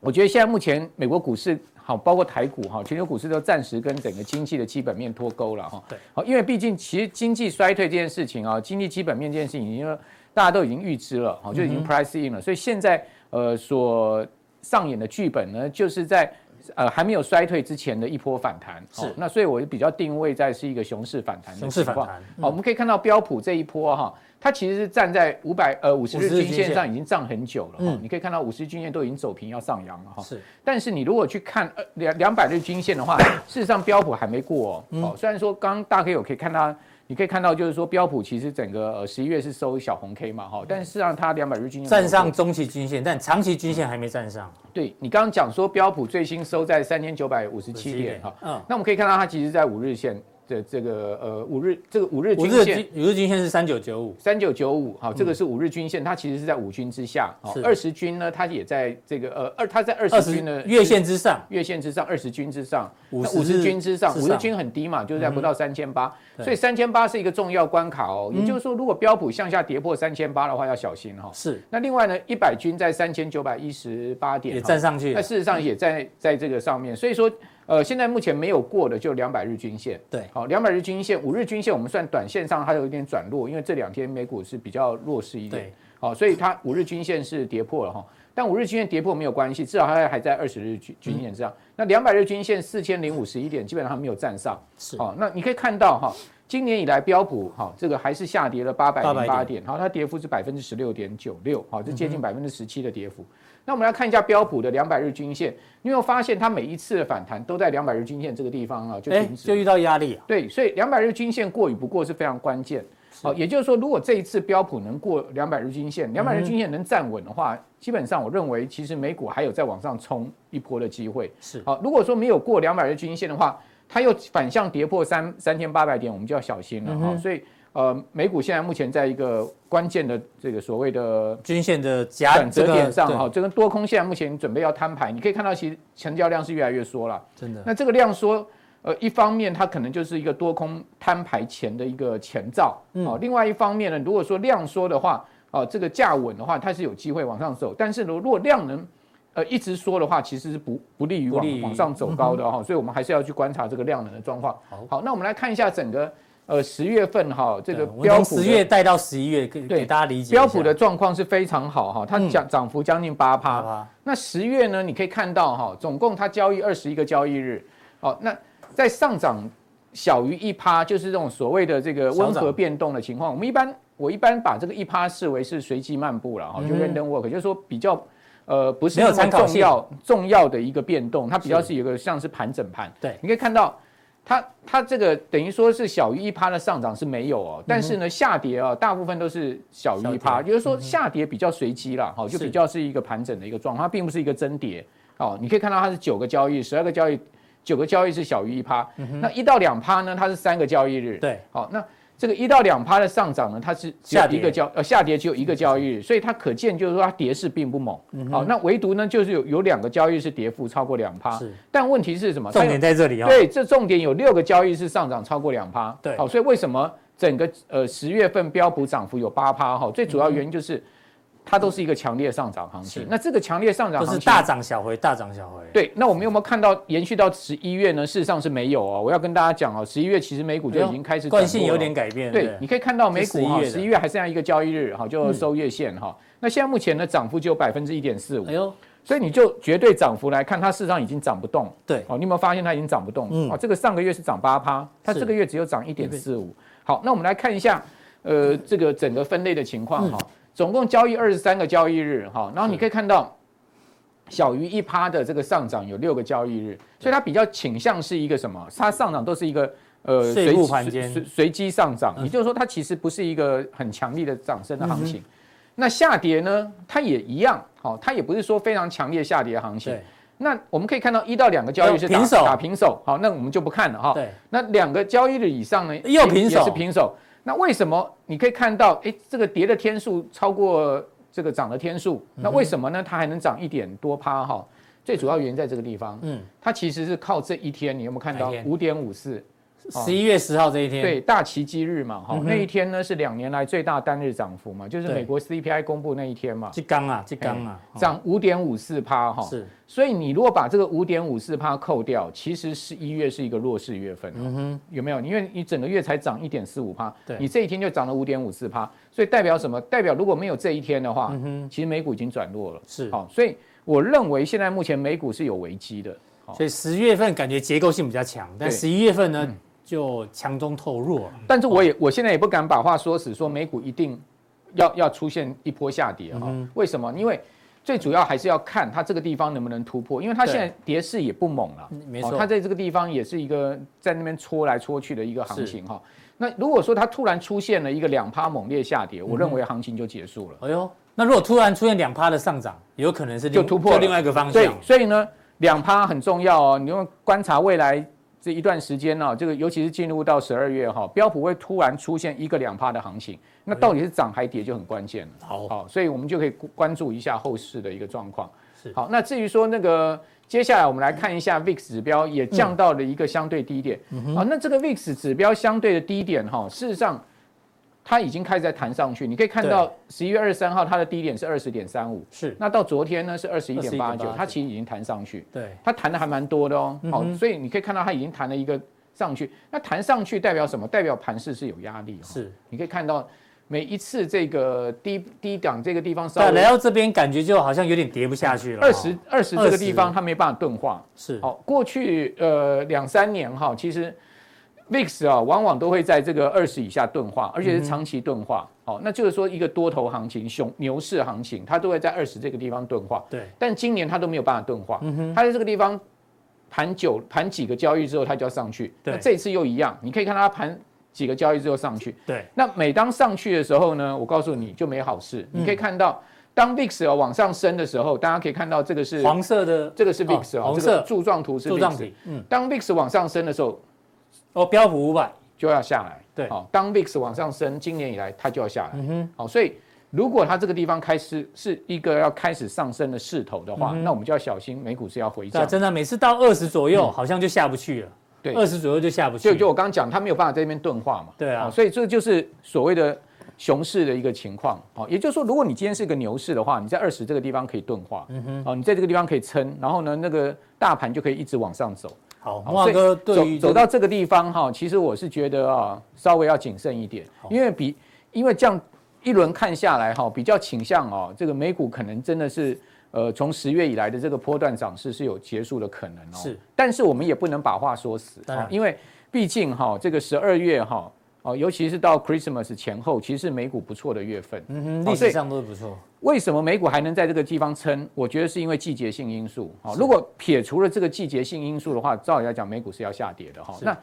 Speaker 2: 我觉得现在目前美国股市好，包括台股哈，全球股市都暂时跟整个经济的基本面脱钩了哈。
Speaker 1: 对，
Speaker 2: 好，因为毕竟其实经济衰退这件事情啊，经济基本面这件事情，已经大家都已经预知了，哈，就已
Speaker 1: 嗯
Speaker 2: 经 price in 了，所以现在呃所上演的剧本呢，就是在。呃，还没有衰退之前的一波反弹，
Speaker 1: 是
Speaker 2: 那所以我比较定位在是一个熊市反弹的
Speaker 1: 熊市
Speaker 2: 情
Speaker 1: 反
Speaker 2: 况。
Speaker 1: 弹嗯
Speaker 2: 好，我们可以看到标普这一波哈，它其实是站在五百呃五十
Speaker 1: 50日
Speaker 2: 日均
Speaker 1: 均
Speaker 2: 线
Speaker 1: 线
Speaker 2: 上已经站很久了哈
Speaker 1: 嗯，
Speaker 2: 你可以看到五十均线都已经走平要上扬了哈。
Speaker 1: 是
Speaker 2: 但是你如果去看呃两两百日均线的话， 事实上标普还没过哦。哦，虽然说刚刚大 K 有可以看到，你可以看到就是说标普其实整个呃十一月是收小红 K 嘛哈、但是事实上它两百日均线
Speaker 1: 站上中期均线，但长期均线还没站上。
Speaker 2: 对你刚刚讲说标普最新收在三千九百五十七点哈、
Speaker 1: 嗯
Speaker 2: 那我们可以看到它其实在五日线的这个呃五日这个五日
Speaker 1: 五
Speaker 2: 均
Speaker 1: 日
Speaker 2: 线
Speaker 1: 均。五日均线是三九九五，
Speaker 2: 三九九五，好，这个是五日均线，它其实是在五均之下，好
Speaker 1: 是，
Speaker 2: 二十均呢，它也在这个呃二，它在二
Speaker 1: 二
Speaker 2: 十
Speaker 1: 十
Speaker 2: 均的
Speaker 1: 月线之上，
Speaker 2: 月线之上，二十均之上，
Speaker 1: 50
Speaker 2: 那十均之上，
Speaker 1: 之
Speaker 2: 五
Speaker 1: 上嗯
Speaker 2: 十均很低嘛，就是在不到三千八，
Speaker 1: 对嗯
Speaker 2: 所以三千八是一个重要关卡哦。也就是说，如果标普向下跌破三千八的话，要小心哈、
Speaker 1: 是
Speaker 2: 那另外呢，一百均在三千九百一十八点
Speaker 1: 也
Speaker 2: 哈
Speaker 1: 站上去
Speaker 2: 那。事实上也在在这个上面，所以说，呃，现在目前没有过的就两百日均线，
Speaker 1: 对
Speaker 2: 好，两百日均线、五日均线，我们算短线上它有一点转弱，因为这两天美股是比较弱势一点
Speaker 1: 对，
Speaker 2: 好，所以它五日均线是跌破了哈，但五日均线跌破没有关系，至少它还在二十日均均线之上，那两百日均线四千零五十一点，基本上它没有站上，
Speaker 1: 是
Speaker 2: 好，那你可以看到哈。今年以来，标普哈这个还是下跌了八百零八
Speaker 1: 800
Speaker 2: 点，好，嗯它跌幅是百分之十六点九六，好，这接近百分之十七的跌幅。那我们来看一下标普的两百日均线，你有没有发现它每一次的反弹都在两百日均线这个地方啊就
Speaker 1: 哎，
Speaker 2: 停止
Speaker 1: 就
Speaker 2: 了？
Speaker 1: 遇到压力啊。
Speaker 2: 对，所以两百日均线过与不过是非常关键。好，也就是说，如果这一次标普能过两百日均线，两
Speaker 1: 嗯
Speaker 2: 百日均线能站稳的话，基本上我认为其实美股还有再往上冲一波的机会。
Speaker 1: 是
Speaker 2: 好，如果说没有过两百日均线的话，它又反向跌破三三千八百点，我们就要小心了
Speaker 1: 嗯
Speaker 2: 哈、所以呃，美股现在目前在一个关键的这个所谓的
Speaker 1: 均线的夹
Speaker 2: 转
Speaker 1: 这
Speaker 2: 折
Speaker 1: 个
Speaker 2: 点上
Speaker 1: 对
Speaker 2: 哈，这个多空现在目前准备要摊牌，你可以看到其实成交量是越来越缩了。
Speaker 1: 真的
Speaker 2: 那这个量缩，呃，一方面它可能就是一个多空摊牌前的一个前兆，
Speaker 1: 嗯
Speaker 2: 哦，另外一方面呢，如果说量缩的话，哦，这个价稳的话，它是有机会往上走，但是如如果量能呃一直缩的话，其实是不不利于
Speaker 1: 不利于嗯
Speaker 2: 往往上走高的哈、所以我们还是要去观察这个量能的状况。
Speaker 1: 好
Speaker 2: 那我们来看一下整个呃十月份哈、这
Speaker 1: 对
Speaker 2: 个
Speaker 1: 我们
Speaker 2: 标
Speaker 1: 从
Speaker 2: 普的
Speaker 1: 十月带到十一月，给
Speaker 2: 对
Speaker 1: 给大家理解一下。嗯
Speaker 2: 标普的状况是非常好哈，它涨涨幅将近八
Speaker 1: 好
Speaker 2: 趴。
Speaker 1: 吧，
Speaker 2: 那十月呢，你可以看到哈，总共它交易二十一个交易日，哦，那在上涨小于一趴，就是这种所谓的这个温
Speaker 1: 小
Speaker 2: 和
Speaker 1: 涨
Speaker 2: 变动的情况。我们一般我一般把这个一趴视为是随机漫步了哈，就 random work，就是说比较呃不
Speaker 1: 嗯
Speaker 2: 是
Speaker 1: 没有
Speaker 2: 那么
Speaker 1: 参考
Speaker 2: 重
Speaker 1: 性
Speaker 2: 要重要的一个变动，它比较是有个像是盘整盘。
Speaker 1: 对
Speaker 2: 你可以看到。它它这个等于说是小于一趴的上涨是没有哦，但是呢下跌啊、大部分都是小于一趴，
Speaker 1: 嗯小
Speaker 2: 也啊就是说下跌比较随机啦，好、就是比较是一个盘整的一个状况，它并不是一个真跌哦。你可以看到它是九个交易，十二个交易，九个交易是小于一趴，那一到两趴呢，它是三个交易日，
Speaker 1: 嗯对，
Speaker 2: 好、那这个一到两趴的上涨呢，它是只有
Speaker 1: 下跌嗯
Speaker 2: 一个交呃下跌只有一个交易日，所以它可见就是说它跌势并不猛。好，那唯独呢就是有有两个交易日是跌幅超过两趴
Speaker 1: 是，
Speaker 2: 但问题是什么？
Speaker 1: 重
Speaker 2: 它啊有
Speaker 1: 点在这里啊、
Speaker 2: 对，这重点有六个交易日上涨超过两趴，
Speaker 1: 对
Speaker 2: 好，所以为什么整个呃十月份标普涨幅有八趴哈？最主要原因就是它都是一个强烈上涨行
Speaker 1: 嗯
Speaker 2: 情
Speaker 1: 是。
Speaker 2: 那这个强烈上涨
Speaker 1: 就
Speaker 2: 行
Speaker 1: 是
Speaker 2: 情
Speaker 1: 大涨小回，大涨小回。
Speaker 2: 对，那我们有没有看到延续到十一月呢？事实上是没有哦。我要跟大家讲哦，十一月其实美股就已经开始转
Speaker 1: 哎惯
Speaker 2: 弱
Speaker 1: 性有
Speaker 2: 了
Speaker 1: 点改变，
Speaker 2: 对，你可以看到美股哈，
Speaker 1: 是11月的嗯
Speaker 2: 十一月还剩下一个交易日哈，就收月线哈。那现在目前呢，涨幅只有百分之一点四五
Speaker 1: 哎，呦，
Speaker 2: 所以你就绝对涨幅来看，它事实上已经涨不动。
Speaker 1: 对，
Speaker 2: 哦，你有没有发现它已经涨不动？
Speaker 1: 嗯
Speaker 2: 哦，这个上个月是涨八趴，它
Speaker 1: 是
Speaker 2: 这个月只有涨一点四五。好，那我们来看一下，呃，这个整个分类的情
Speaker 1: 嗯
Speaker 2: 况哈、总共交易二十三个交易日哈、然后你可以看到。小于一趴的这个上涨有六个交易日，所以它比较倾向是一个什么？它上涨都是一个呃
Speaker 1: 碎
Speaker 2: 随
Speaker 1: 步
Speaker 2: 机
Speaker 1: 盘间嗯
Speaker 2: 随随机上涨，也就是说它其实不是一个很强力的涨升的行情。那下跌呢，它也一样，好、它也不是说非常强烈下跌的行情
Speaker 1: 对。
Speaker 2: 那我们可以看到一到两个交易日是打
Speaker 1: 平手
Speaker 2: 打平手，好，那我们就不看了哈。
Speaker 1: 对，
Speaker 2: 那两个交易日以上呢，
Speaker 1: 又平手
Speaker 2: 也是平手。那为什么你可以看到，哎，这个跌的天数超过这个涨的天数？
Speaker 1: 嗯
Speaker 2: 那为什么呢？它还能涨一点多趴哈？最主要原因在这个地方，
Speaker 1: 嗯，
Speaker 2: 它其实是靠这一天，你有没有看
Speaker 1: 哪
Speaker 2: 到
Speaker 1: 一天
Speaker 2: 五点五四？哦
Speaker 1: 十一月十号这一天，
Speaker 2: 对，大奇迹日嘛，哈
Speaker 1: 嗯，哼
Speaker 2: 那一天呢是两年来最大单日涨幅嘛，就是
Speaker 1: 对
Speaker 2: 美国 CPI 公布那一天嘛，
Speaker 1: 这刚啊，这刚啊，
Speaker 2: 哎涨五点五四趴哈
Speaker 1: 哦，是
Speaker 2: 所以你如果把这个五点五四趴扣掉，其实十一月是一个弱势月份、哦，有没有？因为你整个月才涨一点四五趴
Speaker 1: 嗯对，
Speaker 2: 你这一天就涨了五点五四趴，所以代表什么？代表如果没有这一天的话，其实美股已经转弱了。
Speaker 1: 嗯是，
Speaker 2: 好、所以我认为现在目前美股是有危机的。好、
Speaker 1: 所以十月份感觉结构性比较强，但
Speaker 2: 对嗯
Speaker 1: 十一月份呢就强中透弱，
Speaker 2: 但是我也我现在也不敢把话说死，说美股一定要要出现一波下跌哈、
Speaker 1: 嗯
Speaker 2: 为什么？因为最主要还是要看它这个地方能不能突破，因为它
Speaker 1: 对
Speaker 2: 现在跌势也不猛了，
Speaker 1: 嗯没
Speaker 2: 哦
Speaker 1: 错
Speaker 2: 它在这个地方也是一个在那边戳来戳去的一个行情哈、那如果说它突然出现了一个两趴猛烈下跌，我认为行情就结束了。
Speaker 1: 哎呦，那如果突然出现两趴的上涨，有可能是另
Speaker 2: 就突破了
Speaker 1: 另外一个方
Speaker 2: 对，
Speaker 1: 向，
Speaker 2: 所以呢，两趴很重要哦。你用观察未来这一段时间呢、这个尤其是进入到十二月哈、标普会突然出现一个两趴的行情，那到底是涨还跌就很关键了。
Speaker 1: 好
Speaker 2: 好、所以我们就可以关注一下后市的一个状况
Speaker 1: 是。
Speaker 2: 好，那至于说那个。接下来我们来看一下 VIX 指标也降到了一个相对低点。好、
Speaker 1: 嗯
Speaker 2: 那这个 VIX 指标相对的低点哈、事实上它已经开始在弹上去。你可以看到十一月二十三号它的低点是二十点三五，
Speaker 1: 是，
Speaker 2: 那到昨天呢是二十一点八九
Speaker 1: 21.89，
Speaker 2: 它其实已经弹上去，
Speaker 1: 对，
Speaker 2: 它弹的还蛮多的哦。好、所以你可以看到它已经弹了一个上去。那弹上去代表什么？代表盘势是有压力、哦。，
Speaker 1: 是。
Speaker 2: 你可以看到每一次这个低低档这个地方稍
Speaker 1: 但来
Speaker 2: 微
Speaker 1: 到这边，感觉就好像有点跌不下去了。
Speaker 2: 二十
Speaker 1: 哦
Speaker 2: 二十嗯这个地
Speaker 1: 20
Speaker 2: 方它没办法钝化。
Speaker 1: 是
Speaker 2: 好、过去呃两三年哈、其实 VIX 啊、往往都会在这个二十以下钝化，而且是长期钝化。好、那就是说一个多头行情、熊牛市行情，它都会在二十这个地方钝化。
Speaker 1: 对，
Speaker 2: 但今年它都没有办法钝化，
Speaker 1: 嗯
Speaker 2: 它在这个地方盘久盘几个交易之后，它就要上去。
Speaker 1: 对
Speaker 2: 那这次又一样，你可以看到它盘几个交易之后上去。
Speaker 1: 对，
Speaker 2: 那每当上去的时候呢，我告诉你就没好事。
Speaker 1: 嗯
Speaker 2: 你可以看到，当 VIX 哦往上升的时候，大家可以看到这个是
Speaker 1: 黄色的
Speaker 2: 这个是
Speaker 1: 哦
Speaker 2: VIX 哦，
Speaker 1: 红
Speaker 2: 这个
Speaker 1: 色
Speaker 2: 柱状图是
Speaker 1: 柱状
Speaker 2: VIX
Speaker 1: 体。，嗯，
Speaker 2: 当 VIX 往上升的时候，
Speaker 1: 哦，标普五百，
Speaker 2: 就要下来。
Speaker 1: 对嗯
Speaker 2: 好、当 VIX 往上升，今年以来它就要下来。好、所以如果它这个地方开始是一个要开始上升的势头的话，那我们就要小心，美股是要回
Speaker 1: 嗯对啊，
Speaker 2: 降。
Speaker 1: 真的每次到二十左右，好像就下不去了。
Speaker 2: 嗯对
Speaker 1: 二十左右就下不去
Speaker 2: 就
Speaker 1: 了。
Speaker 2: 就我刚刚讲，它没有办法在那边钝化嘛。哦
Speaker 1: 对啊
Speaker 2: 好所以这就是所谓的熊市的一个情况。好、也就是说，如果你今天是个牛市的话，你在二十这个地方可以钝化，嗯哼，哦，你在这个地方可以撑，然后呢，那个大盘就可以一直往上走。
Speaker 1: 好，
Speaker 2: 好
Speaker 1: 木华哥对于这
Speaker 2: 走走
Speaker 1: 个
Speaker 2: 到这个地方哈，其实我是觉得啊，稍微要谨慎一点，因为比因为这样一轮看下来哈，比较倾向哦，这个美股可能真的是呃，从十月以来的这个波段涨势是有结束的可能哦。
Speaker 1: 是，
Speaker 2: 但是我们也不能把话说死，
Speaker 1: 当然
Speaker 2: 哦因为毕竟哈，这个十二月哈。哦，尤其是到 Christmas 前后，其实是美股不错的月份。
Speaker 1: 嗯
Speaker 2: 哦
Speaker 1: 历
Speaker 2: 所
Speaker 1: 史
Speaker 2: 以
Speaker 1: 上都是不错，
Speaker 2: 为什么美股还能在这个地方撑？我觉得是因为季节性因素。好，如果撇除了这个季节性因素的话，照理来讲，美股是要下跌的哈。那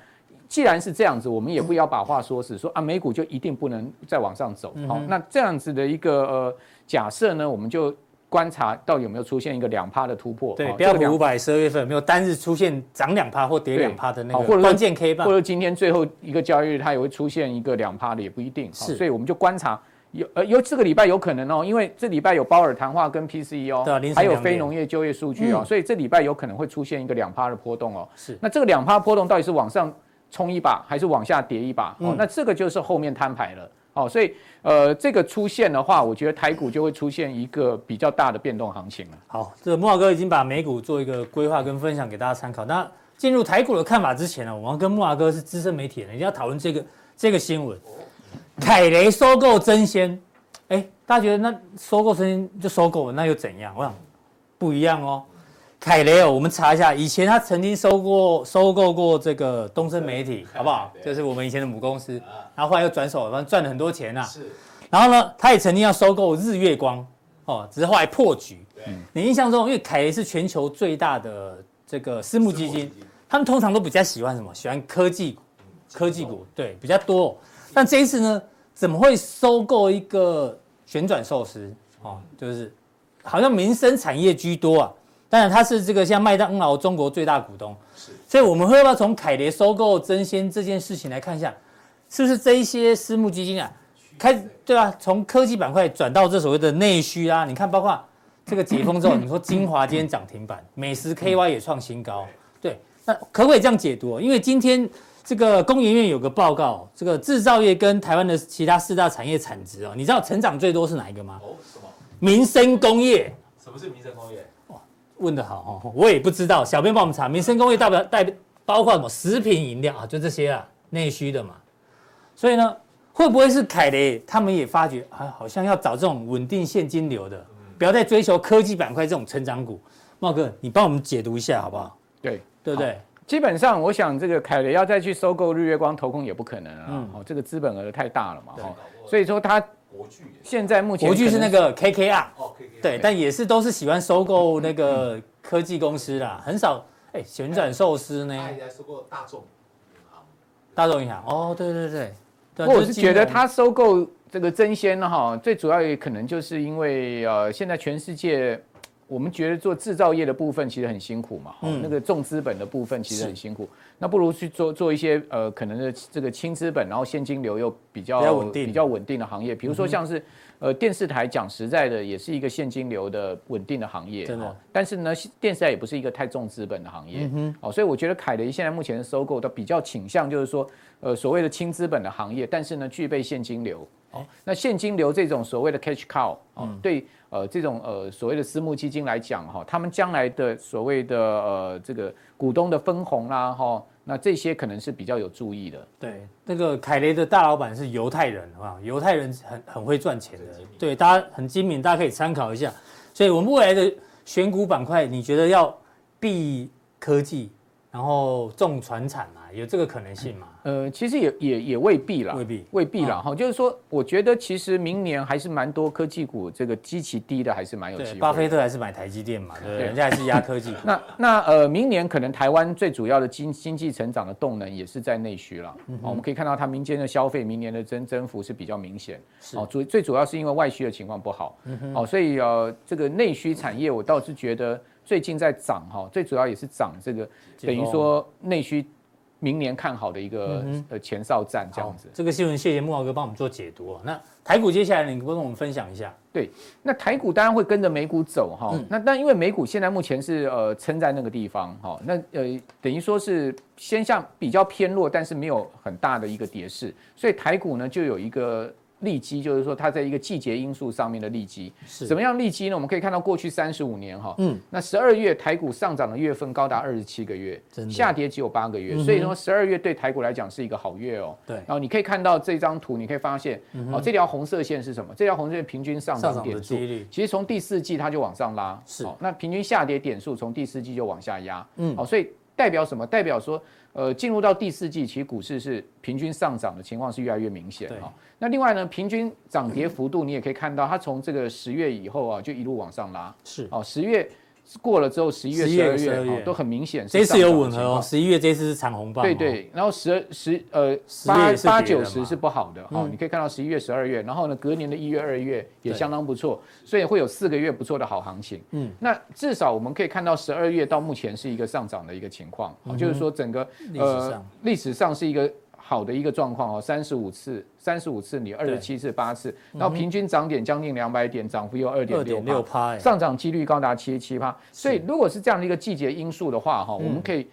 Speaker 2: 既然是这样子，我们也不要把话说死，说啊，美哦股就一定不能再往上走。好，那这样子的一个呃假设呢，我们就观察到底有没有出现一个两趴的突破。
Speaker 1: 对
Speaker 2: 哦，
Speaker 1: 标
Speaker 2: 这个
Speaker 1: 普
Speaker 2: 两
Speaker 1: 五百十二月份有没有单日出现涨两趴或跌
Speaker 2: 对
Speaker 1: 两趴的那
Speaker 2: 好或者
Speaker 1: 个
Speaker 2: 是
Speaker 1: 关键 K 棒
Speaker 2: 或？者今天最后一个交易日它也会出现一个两趴的，也不一定。
Speaker 1: 是
Speaker 2: 所以我们就观察。有呃有这个礼拜有可能哦，因为这礼拜有鲍尔谈话跟 PCE 哦，
Speaker 1: 对啊凌晨
Speaker 2: 还有
Speaker 1: 两点嗯
Speaker 2: 非农业就业数据哦，所以这礼拜有可能会出现一个两趴的波动哦。
Speaker 1: 是
Speaker 2: 那这个两趴波动到底是往上冲一把还是往下跌一把？
Speaker 1: 嗯
Speaker 2: 哦，那这个就是后面摊牌了。哦，所以呃这个出现的话，我觉得台股就会出现一个比较大的变动行情了。
Speaker 1: 好，这个木华哥已经把美股做一个规划跟分享给大家参考。那进入台股的看法之前呢，我们要跟木华哥是资深媒体人，一定要讨论这个这个新闻：凯雷收购真仙。哎，大家觉得那收购真仙就收购了，那又怎样？我想不一样哦。凯雷尔，我们查一下，以前他曾经收过收购过这个东森媒体，好不好？
Speaker 4: 对啊
Speaker 1: 就是我们以前的母公司，然后后来又转手了，反正赚了很多钱啊。
Speaker 4: 是，
Speaker 1: 然后呢，他也曾经要收购日月光，哦，只是后来破局。
Speaker 4: 对，
Speaker 1: 你印象中，因为凯雷是全球最大的这个私募基金，他们通常都比较喜欢什么？喜欢科技股，科技股对比较多哦、但这一次呢，怎么会收购一个旋转寿司？哦，就是好像民生产业居多啊。当然，它是这个像麦当劳中国最大股东，所以我们会要不要从凯雷收购争先这件事情来看一下，是不是这一些私募基金啊，开始对啊，从科技板块转到这所谓的内需啊，你看包括这个解封之后，你说精华今天涨停板，美食
Speaker 4: 嗯
Speaker 1: KY 也创新高，对，那可不可以这样解读哦？因为今天这个工研院有个报告，这个制造业跟台湾的其他四大产业产值哦，你知道成长最多是哪一个吗？
Speaker 4: 哦，什么？
Speaker 1: 民生工业。哦
Speaker 4: 什么是民生工业？
Speaker 1: 问的好哦，我也不知道，小编帮我们查，民生工业代表代包括什么食品饮料啊，就这些啊，内需的嘛。所以呢，会不会是凯雷他们也发觉啊，好像要找这种稳定现金流的，不要再追求科技板块这种成长股。茂哥，你帮我们解读一下好不好？
Speaker 2: 对，
Speaker 1: 对不对？
Speaker 2: 基本上，我想这个凯雷要再去收购日月光投控也不可能啊，
Speaker 1: 嗯
Speaker 2: 哦，这个资本额太大了嘛，哦，所以说他
Speaker 4: 国剧也是
Speaker 2: 现在目前
Speaker 1: 国巨是
Speaker 2: 可
Speaker 1: 那
Speaker 2: 能
Speaker 1: 个 KKR，
Speaker 4: 哦，可以可以。
Speaker 1: 对，但也是都是喜欢收购那
Speaker 4: 嗯
Speaker 1: 个科技公司啦，很少哎旋转寿司呢，
Speaker 4: 他也在说过大众银行，
Speaker 1: 大众银行哦，对对对，对啊
Speaker 2: 不过我
Speaker 1: 就是金
Speaker 2: 觉得
Speaker 1: 融
Speaker 2: 他收购这个真仙呢哈，最主要也可能就是因为呃，现在全世界我们觉得做制造业的部分其实很辛苦嘛，哈
Speaker 1: 嗯
Speaker 2: 那个重资本的部分其实
Speaker 1: 是
Speaker 2: 很辛苦，那不如去做做一些呃可能的这个轻资本，然后现金流又比较
Speaker 1: 比较稳定嗯
Speaker 2: 比较稳定的行业，比如说像是、呃电视台讲实在的，也是一个现金流的稳定的行业，
Speaker 1: 真的嗯
Speaker 2: 哈但是呢，电视台也不是一个太重资本的行业，哦，所以我觉得凯雷现在目前的收购，它比较倾向就是说，呃，所谓的轻资本的行业，但是呢，具备现金流。哦，
Speaker 1: 哎
Speaker 2: 那现金流这种所谓的 cash cow，哦，
Speaker 1: 嗯
Speaker 2: 对，呃，这种呃所谓的私募基金来讲，哈、他们将来的所谓的呃这个股东的分红啦、哈、那这些可能是比较有注意的。
Speaker 1: 对，那个凯雷的大老板是犹太人啊，犹太人很很会赚钱的，对，大家很精明，大家可以参考一下。所以，我们未来的选股板块，你觉得要避科技，然后重船产嘛，有这个可能性吗？
Speaker 2: 呃，其实也也也未必啦，
Speaker 1: 未必嗯
Speaker 2: 未必啦，哈、就是说，我觉得其实明年还是蛮多科技股这个基期低的，还是蛮有嗯机
Speaker 1: 对，
Speaker 2: 会的。
Speaker 1: 巴菲特还是买台积电嘛，对不对？
Speaker 2: 对。
Speaker 1: 人家还是压科技股
Speaker 2: 那那呃，明年可能台湾最主要的经经济成长的动能也是在内需了、
Speaker 1: 嗯
Speaker 2: 哦。我们可以看到，它民间的消费明年的增增幅是比较明显。哦，主最主要是因为外需的情况不好。
Speaker 1: 嗯
Speaker 2: 哦，所以呃，这个内需产业我倒是觉得最近在涨哈、最主要也是涨这个，
Speaker 1: 解
Speaker 2: 等于
Speaker 1: 封嗯
Speaker 2: 说内需明年看好的一个、呃前哨战这
Speaker 1: 好
Speaker 2: 样子，。
Speaker 1: 这个新闻谢谢木豪哥帮我们做解读、哦。那台股接下来你帮我们分享一下，
Speaker 2: 对，那台股当然会跟着美股走哈、
Speaker 1: 嗯
Speaker 2: 那但因为美股现在目前是呃撑在那个地方哈、那呃等于说是先向比较偏弱，但是没有很大的一个跌势，所以台股呢就有一个利基，就是说它在一个季节因素上面的利基。
Speaker 1: 是
Speaker 2: 怎么样利基呢？我们可以看到过去三十五年哈、
Speaker 1: 嗯
Speaker 2: 那十二月台股上涨的月份高达二十七个月
Speaker 1: 真，的嗯
Speaker 2: 下跌只有八个月，所以说十二月对台股来讲是一个好月哦。
Speaker 1: 对
Speaker 2: 然后你可以看到这张图，你可以发现、哦，这条红色线是什么？这条红色线平均上
Speaker 1: 嗯上
Speaker 2: 涨
Speaker 1: 涨的
Speaker 2: 点数
Speaker 1: 几，率
Speaker 2: 其实从第四季它就往上拉，
Speaker 1: 是
Speaker 2: 哦那平均下跌点数从第四季就往下压，
Speaker 1: 嗯
Speaker 2: 嗯，好、所以代表什么？代表说，呃，进入到第四季，其实股市是平均上涨的情况是越来越明显
Speaker 1: 对
Speaker 2: 哦。那另外呢，平均涨跌幅度你也可以看到，它从这个十月以后啊，就一路往上拉，
Speaker 1: 是
Speaker 2: 哦，十月过了之后，十一月、
Speaker 1: 11
Speaker 2: 十
Speaker 1: 月
Speaker 2: 二月
Speaker 1: 12月
Speaker 2: 哦都很明显是
Speaker 1: 这一次
Speaker 2: 上涨的情
Speaker 1: 有
Speaker 2: 况。
Speaker 1: 吻合哦，十一月这一次是长红棒、哦，
Speaker 2: 对，对，然后十二十呃
Speaker 1: 十月
Speaker 2: 八
Speaker 1: 也是
Speaker 2: 八
Speaker 1: 跌的嘛
Speaker 2: 九
Speaker 1: 嗯
Speaker 2: 十是不好的哦，你可以看到十一月、十二月，然后呢，隔年的一月、二月也
Speaker 1: 对
Speaker 2: 相当不错，所以会有四个月不错的好行情。
Speaker 1: 嗯
Speaker 2: 嗯，那至少我们可以看到十二月到目前是一个上涨的一个情况，哦就是说整个
Speaker 1: 嗯历史
Speaker 2: 呃
Speaker 1: 上
Speaker 2: 历史上是一个。好的一个状况哦，三十五次，三十五次你二十七次八次，然后平均涨点将近两百点，涨幅有二
Speaker 1: 嗯
Speaker 2: 点
Speaker 1: 二
Speaker 2: 六
Speaker 1: 点六趴，哎，
Speaker 2: 上涨几率高达七十七趴。所以如果是这样的一个季节因素的话，哈，
Speaker 1: 嗯
Speaker 2: 我们可以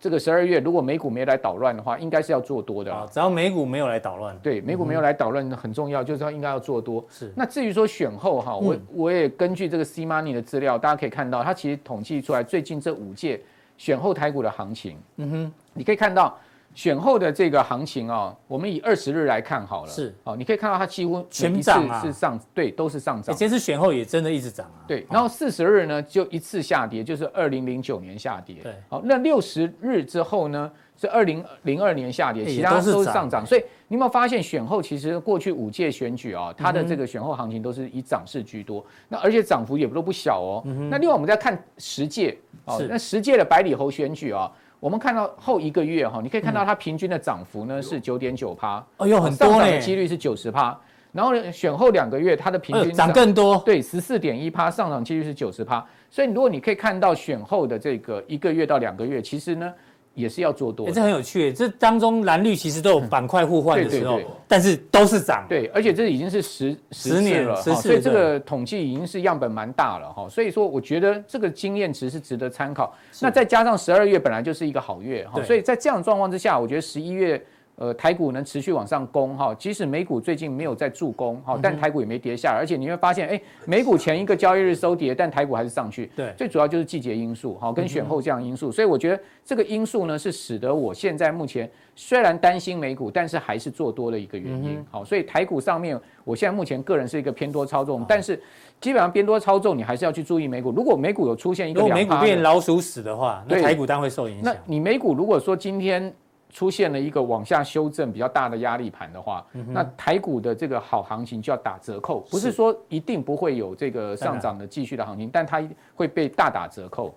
Speaker 2: 这个十二月如果美股没来捣乱的话，应该是要做多的
Speaker 1: 啊
Speaker 2: 啦。，
Speaker 1: 只要美股没有来捣乱，
Speaker 2: 对，美股没有来捣乱很重要，就是要应该要做多。
Speaker 1: 是
Speaker 2: 那至于说选后哈，我
Speaker 1: 嗯
Speaker 2: 我也根据这个 C Money 的资料，大家可以看到，它其实统计出来最近这五届选后台股的行情。嗯哼，你可以看到。选后的这个行情哦，我们以二十日来看好了，
Speaker 1: 是
Speaker 2: 哦，你可以看到它几乎每
Speaker 1: 全
Speaker 2: 一次
Speaker 1: 涨啊
Speaker 2: 是上，对，都是上
Speaker 1: 哎，
Speaker 2: 涨。
Speaker 1: 这次选后也真的一直涨啊，
Speaker 2: 对，然后四十日呢就一次下跌，就是二零零九年下跌。
Speaker 1: 对
Speaker 2: 好，那六十日之后呢是二零零二年下跌，
Speaker 1: 哎
Speaker 2: 其
Speaker 1: 也
Speaker 2: 他
Speaker 1: 都是
Speaker 2: 都是
Speaker 1: 涨
Speaker 2: 上涨。所以你有没有发现选后其实过去五届选举
Speaker 1: 嗯
Speaker 2: 啊，它的这个选后行情都是以涨势居多，那而且涨幅也都不小哦。那另外我们再看十届哦
Speaker 1: 嗯是，
Speaker 2: 那十届的百里侯选举啊。我们看到后一个月哈，你可以看到它平均的涨幅呢是九点九趴，
Speaker 1: 哎嗯呦很
Speaker 2: 哦上
Speaker 1: 多
Speaker 2: 涨
Speaker 1: 呢
Speaker 2: 的几率是九十趴。然后呢，选后两个月它的平
Speaker 1: 哎呦
Speaker 2: 均
Speaker 1: 涨更多，
Speaker 2: 对，十四点一趴，上涨几率是九十趴。所以如果你可以看到选后的这个一个月到两个月，其实呢也是要做多
Speaker 1: 哎，
Speaker 2: 的
Speaker 1: 这很有趣，这当中蓝绿其实都有板块互换的时候
Speaker 2: 嗯对对对，
Speaker 1: 但是都是涨，
Speaker 2: 对，而且这已经是十
Speaker 1: 十
Speaker 2: 次
Speaker 1: 年
Speaker 2: 了哈，
Speaker 1: 十次
Speaker 2: 所以这
Speaker 1: 对
Speaker 2: 个统计已经是样本蛮大了哈。所以说，我觉得这个经验值是值得参考。那再加上十二月本来就是一个好月哈
Speaker 1: 对，
Speaker 2: 所以在这样的状况之下，我觉得十一月。呃，台股能持续往上攻哈，即使美股最近没有在助攻
Speaker 1: 嗯
Speaker 2: 哈，但台股也没跌下来，而且你会发现，哎，美股前一个交易日收跌，但台股还是上去。
Speaker 1: 对嗯
Speaker 2: 最主要就是季节因素哈，跟选后这样因素，所以我觉得这个因素呢是使得我现在目前虽然担心美股，但是还是做多的一个原
Speaker 1: 嗯
Speaker 2: 因。好，所以台股上面，我现在目前个人是一个偏多操
Speaker 1: 哦
Speaker 2: 纵，但是基本上偏多操纵，你还是要去注意美股。如果美股有出现一
Speaker 1: 如
Speaker 2: 个
Speaker 1: 果
Speaker 2: 两
Speaker 1: 美股
Speaker 2: 趴的
Speaker 1: 变老鼠屎的话，那
Speaker 2: 对
Speaker 1: 台股当然会受影
Speaker 2: 那
Speaker 1: 响。
Speaker 2: 你美股如果说今天出现了一个往下修正比较大的压力盘的话，
Speaker 1: 嗯
Speaker 2: 那台股的这个好行情就要打折扣，不是说一定不会有这个上涨的继续的行情，但它会被大打折扣。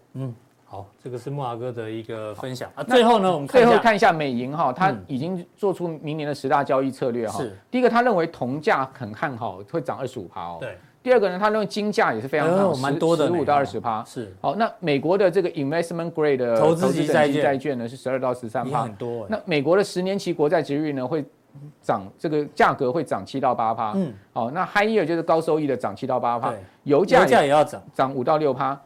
Speaker 1: 好，这个是木华哥的一个分享啊。最后呢，我们看
Speaker 2: 最
Speaker 1: 一
Speaker 2: 后
Speaker 1: 下
Speaker 2: 看一下美银哈，它
Speaker 1: 嗯
Speaker 2: 已经做出明年的十大交易策略哈
Speaker 1: 是。
Speaker 2: 第一个，他认为铜价很看好，会涨二十五趴哦。
Speaker 1: 对。
Speaker 2: 第二个呢，他认为金价也是非常看
Speaker 1: 哎呦
Speaker 2: 好，
Speaker 1: 蛮多的
Speaker 2: 十
Speaker 1: 呢
Speaker 2: 五到二十趴。
Speaker 1: 是
Speaker 2: 好，那美国的这个 investment grade 的
Speaker 1: 投资级
Speaker 2: 等
Speaker 1: 债
Speaker 2: 级
Speaker 1: 券
Speaker 2: 债券呢是十二到十三
Speaker 1: 也
Speaker 2: 趴
Speaker 1: 很。多哎，
Speaker 2: 那美国的十年期国债值率呢会涨，这个价格会涨七到八趴。
Speaker 1: 嗯
Speaker 2: 嗯。好，那 high yield 就是高收益的涨七到八趴
Speaker 1: 对，
Speaker 2: 油价
Speaker 1: 油
Speaker 2: 也
Speaker 1: 价也要涨，
Speaker 2: 涨五到六趴，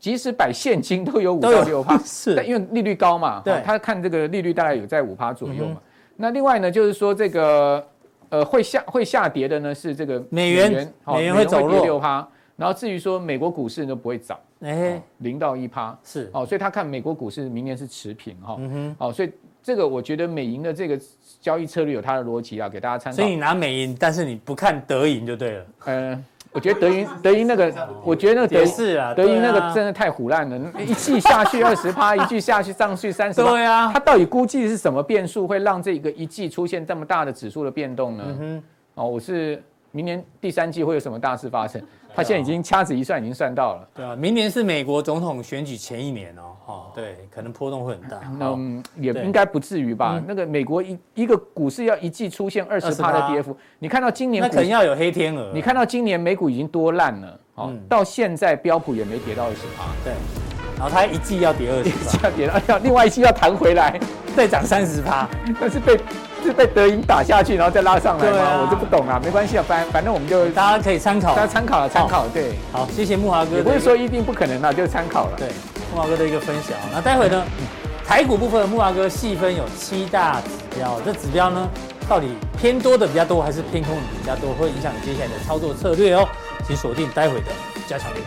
Speaker 2: 即使摆现金都有五
Speaker 1: 都有，
Speaker 2: 到六趴
Speaker 1: 是
Speaker 2: 但因为利率高嘛，
Speaker 1: 对嗯
Speaker 2: 哦他看这个利率大概有在五趴左右嘛。那另外呢，就是说这个呃会下会下跌的呢是这个
Speaker 1: 美元
Speaker 2: 哦
Speaker 1: 美
Speaker 2: 美
Speaker 1: 元
Speaker 2: 元
Speaker 1: 会
Speaker 2: 会
Speaker 1: 走弱
Speaker 2: 跌六趴。然后至于说美国股市呢不会涨，哦
Speaker 1: 哎，
Speaker 2: 零到一趴，
Speaker 1: 是嗯
Speaker 2: 哦，所以他看美国股市明年是持平哈，哦，所以这个我觉得美银的这个交易策略有它的逻辑啊，给大家参考
Speaker 1: 所以。你拿美银，但是你不看德银就对了，
Speaker 2: 呃，我觉得德银德银那个，我觉得那个德
Speaker 1: 也
Speaker 2: 银
Speaker 1: 是啊，
Speaker 2: 德银那
Speaker 1: 对
Speaker 2: 个
Speaker 1: 啊
Speaker 2: 真的太胡烂了，一季下去二十趴，一季下去上去三十趴，
Speaker 1: 对啊
Speaker 2: 它到底估计是什么变数会让这个一季出现这么大的指数的变动
Speaker 1: 嗯
Speaker 2: 呢？哦，我是明年第三季会有什么大事发生？他现在已经掐指一算，已经算到了。
Speaker 1: 对啊，明年是美国总统选举前一年哦，哦，对，可能波动会很大。
Speaker 2: 那
Speaker 1: 好
Speaker 2: 嗯也
Speaker 1: 对嗯
Speaker 2: 应该不至于吧？那个美国一一个股市要一季出现二十趴的跌幅，你看到今年
Speaker 1: 那
Speaker 2: 股
Speaker 1: 可能要有黑天鹅，
Speaker 2: 你看到今年美股已经多烂了，哦，
Speaker 1: 嗯
Speaker 2: 到现在标普也没跌到二十趴，
Speaker 1: 对，然后它一季要跌二十趴，
Speaker 2: 下跌到要另外一期要弹回来，
Speaker 1: 再涨三十趴，
Speaker 2: 但 是被是被德银打下去，然后再拉上来
Speaker 1: 对啊
Speaker 2: 吗？我就不懂啊，没关系啊，反反正我们就大
Speaker 1: 大家可以参考。
Speaker 2: 家参考了，参考对，
Speaker 1: 好，谢谢木华哥的一
Speaker 2: 也
Speaker 1: 个。
Speaker 2: 不是说一定不可能啊，就参考了。
Speaker 1: 对木华哥的一个分享。那待会呢，台股部分木华哥细分有七大指标，这指标呢到底偏多的比较多还是偏空的比较多，会影响你接下来的操作策略哦。请锁定待会的加强力。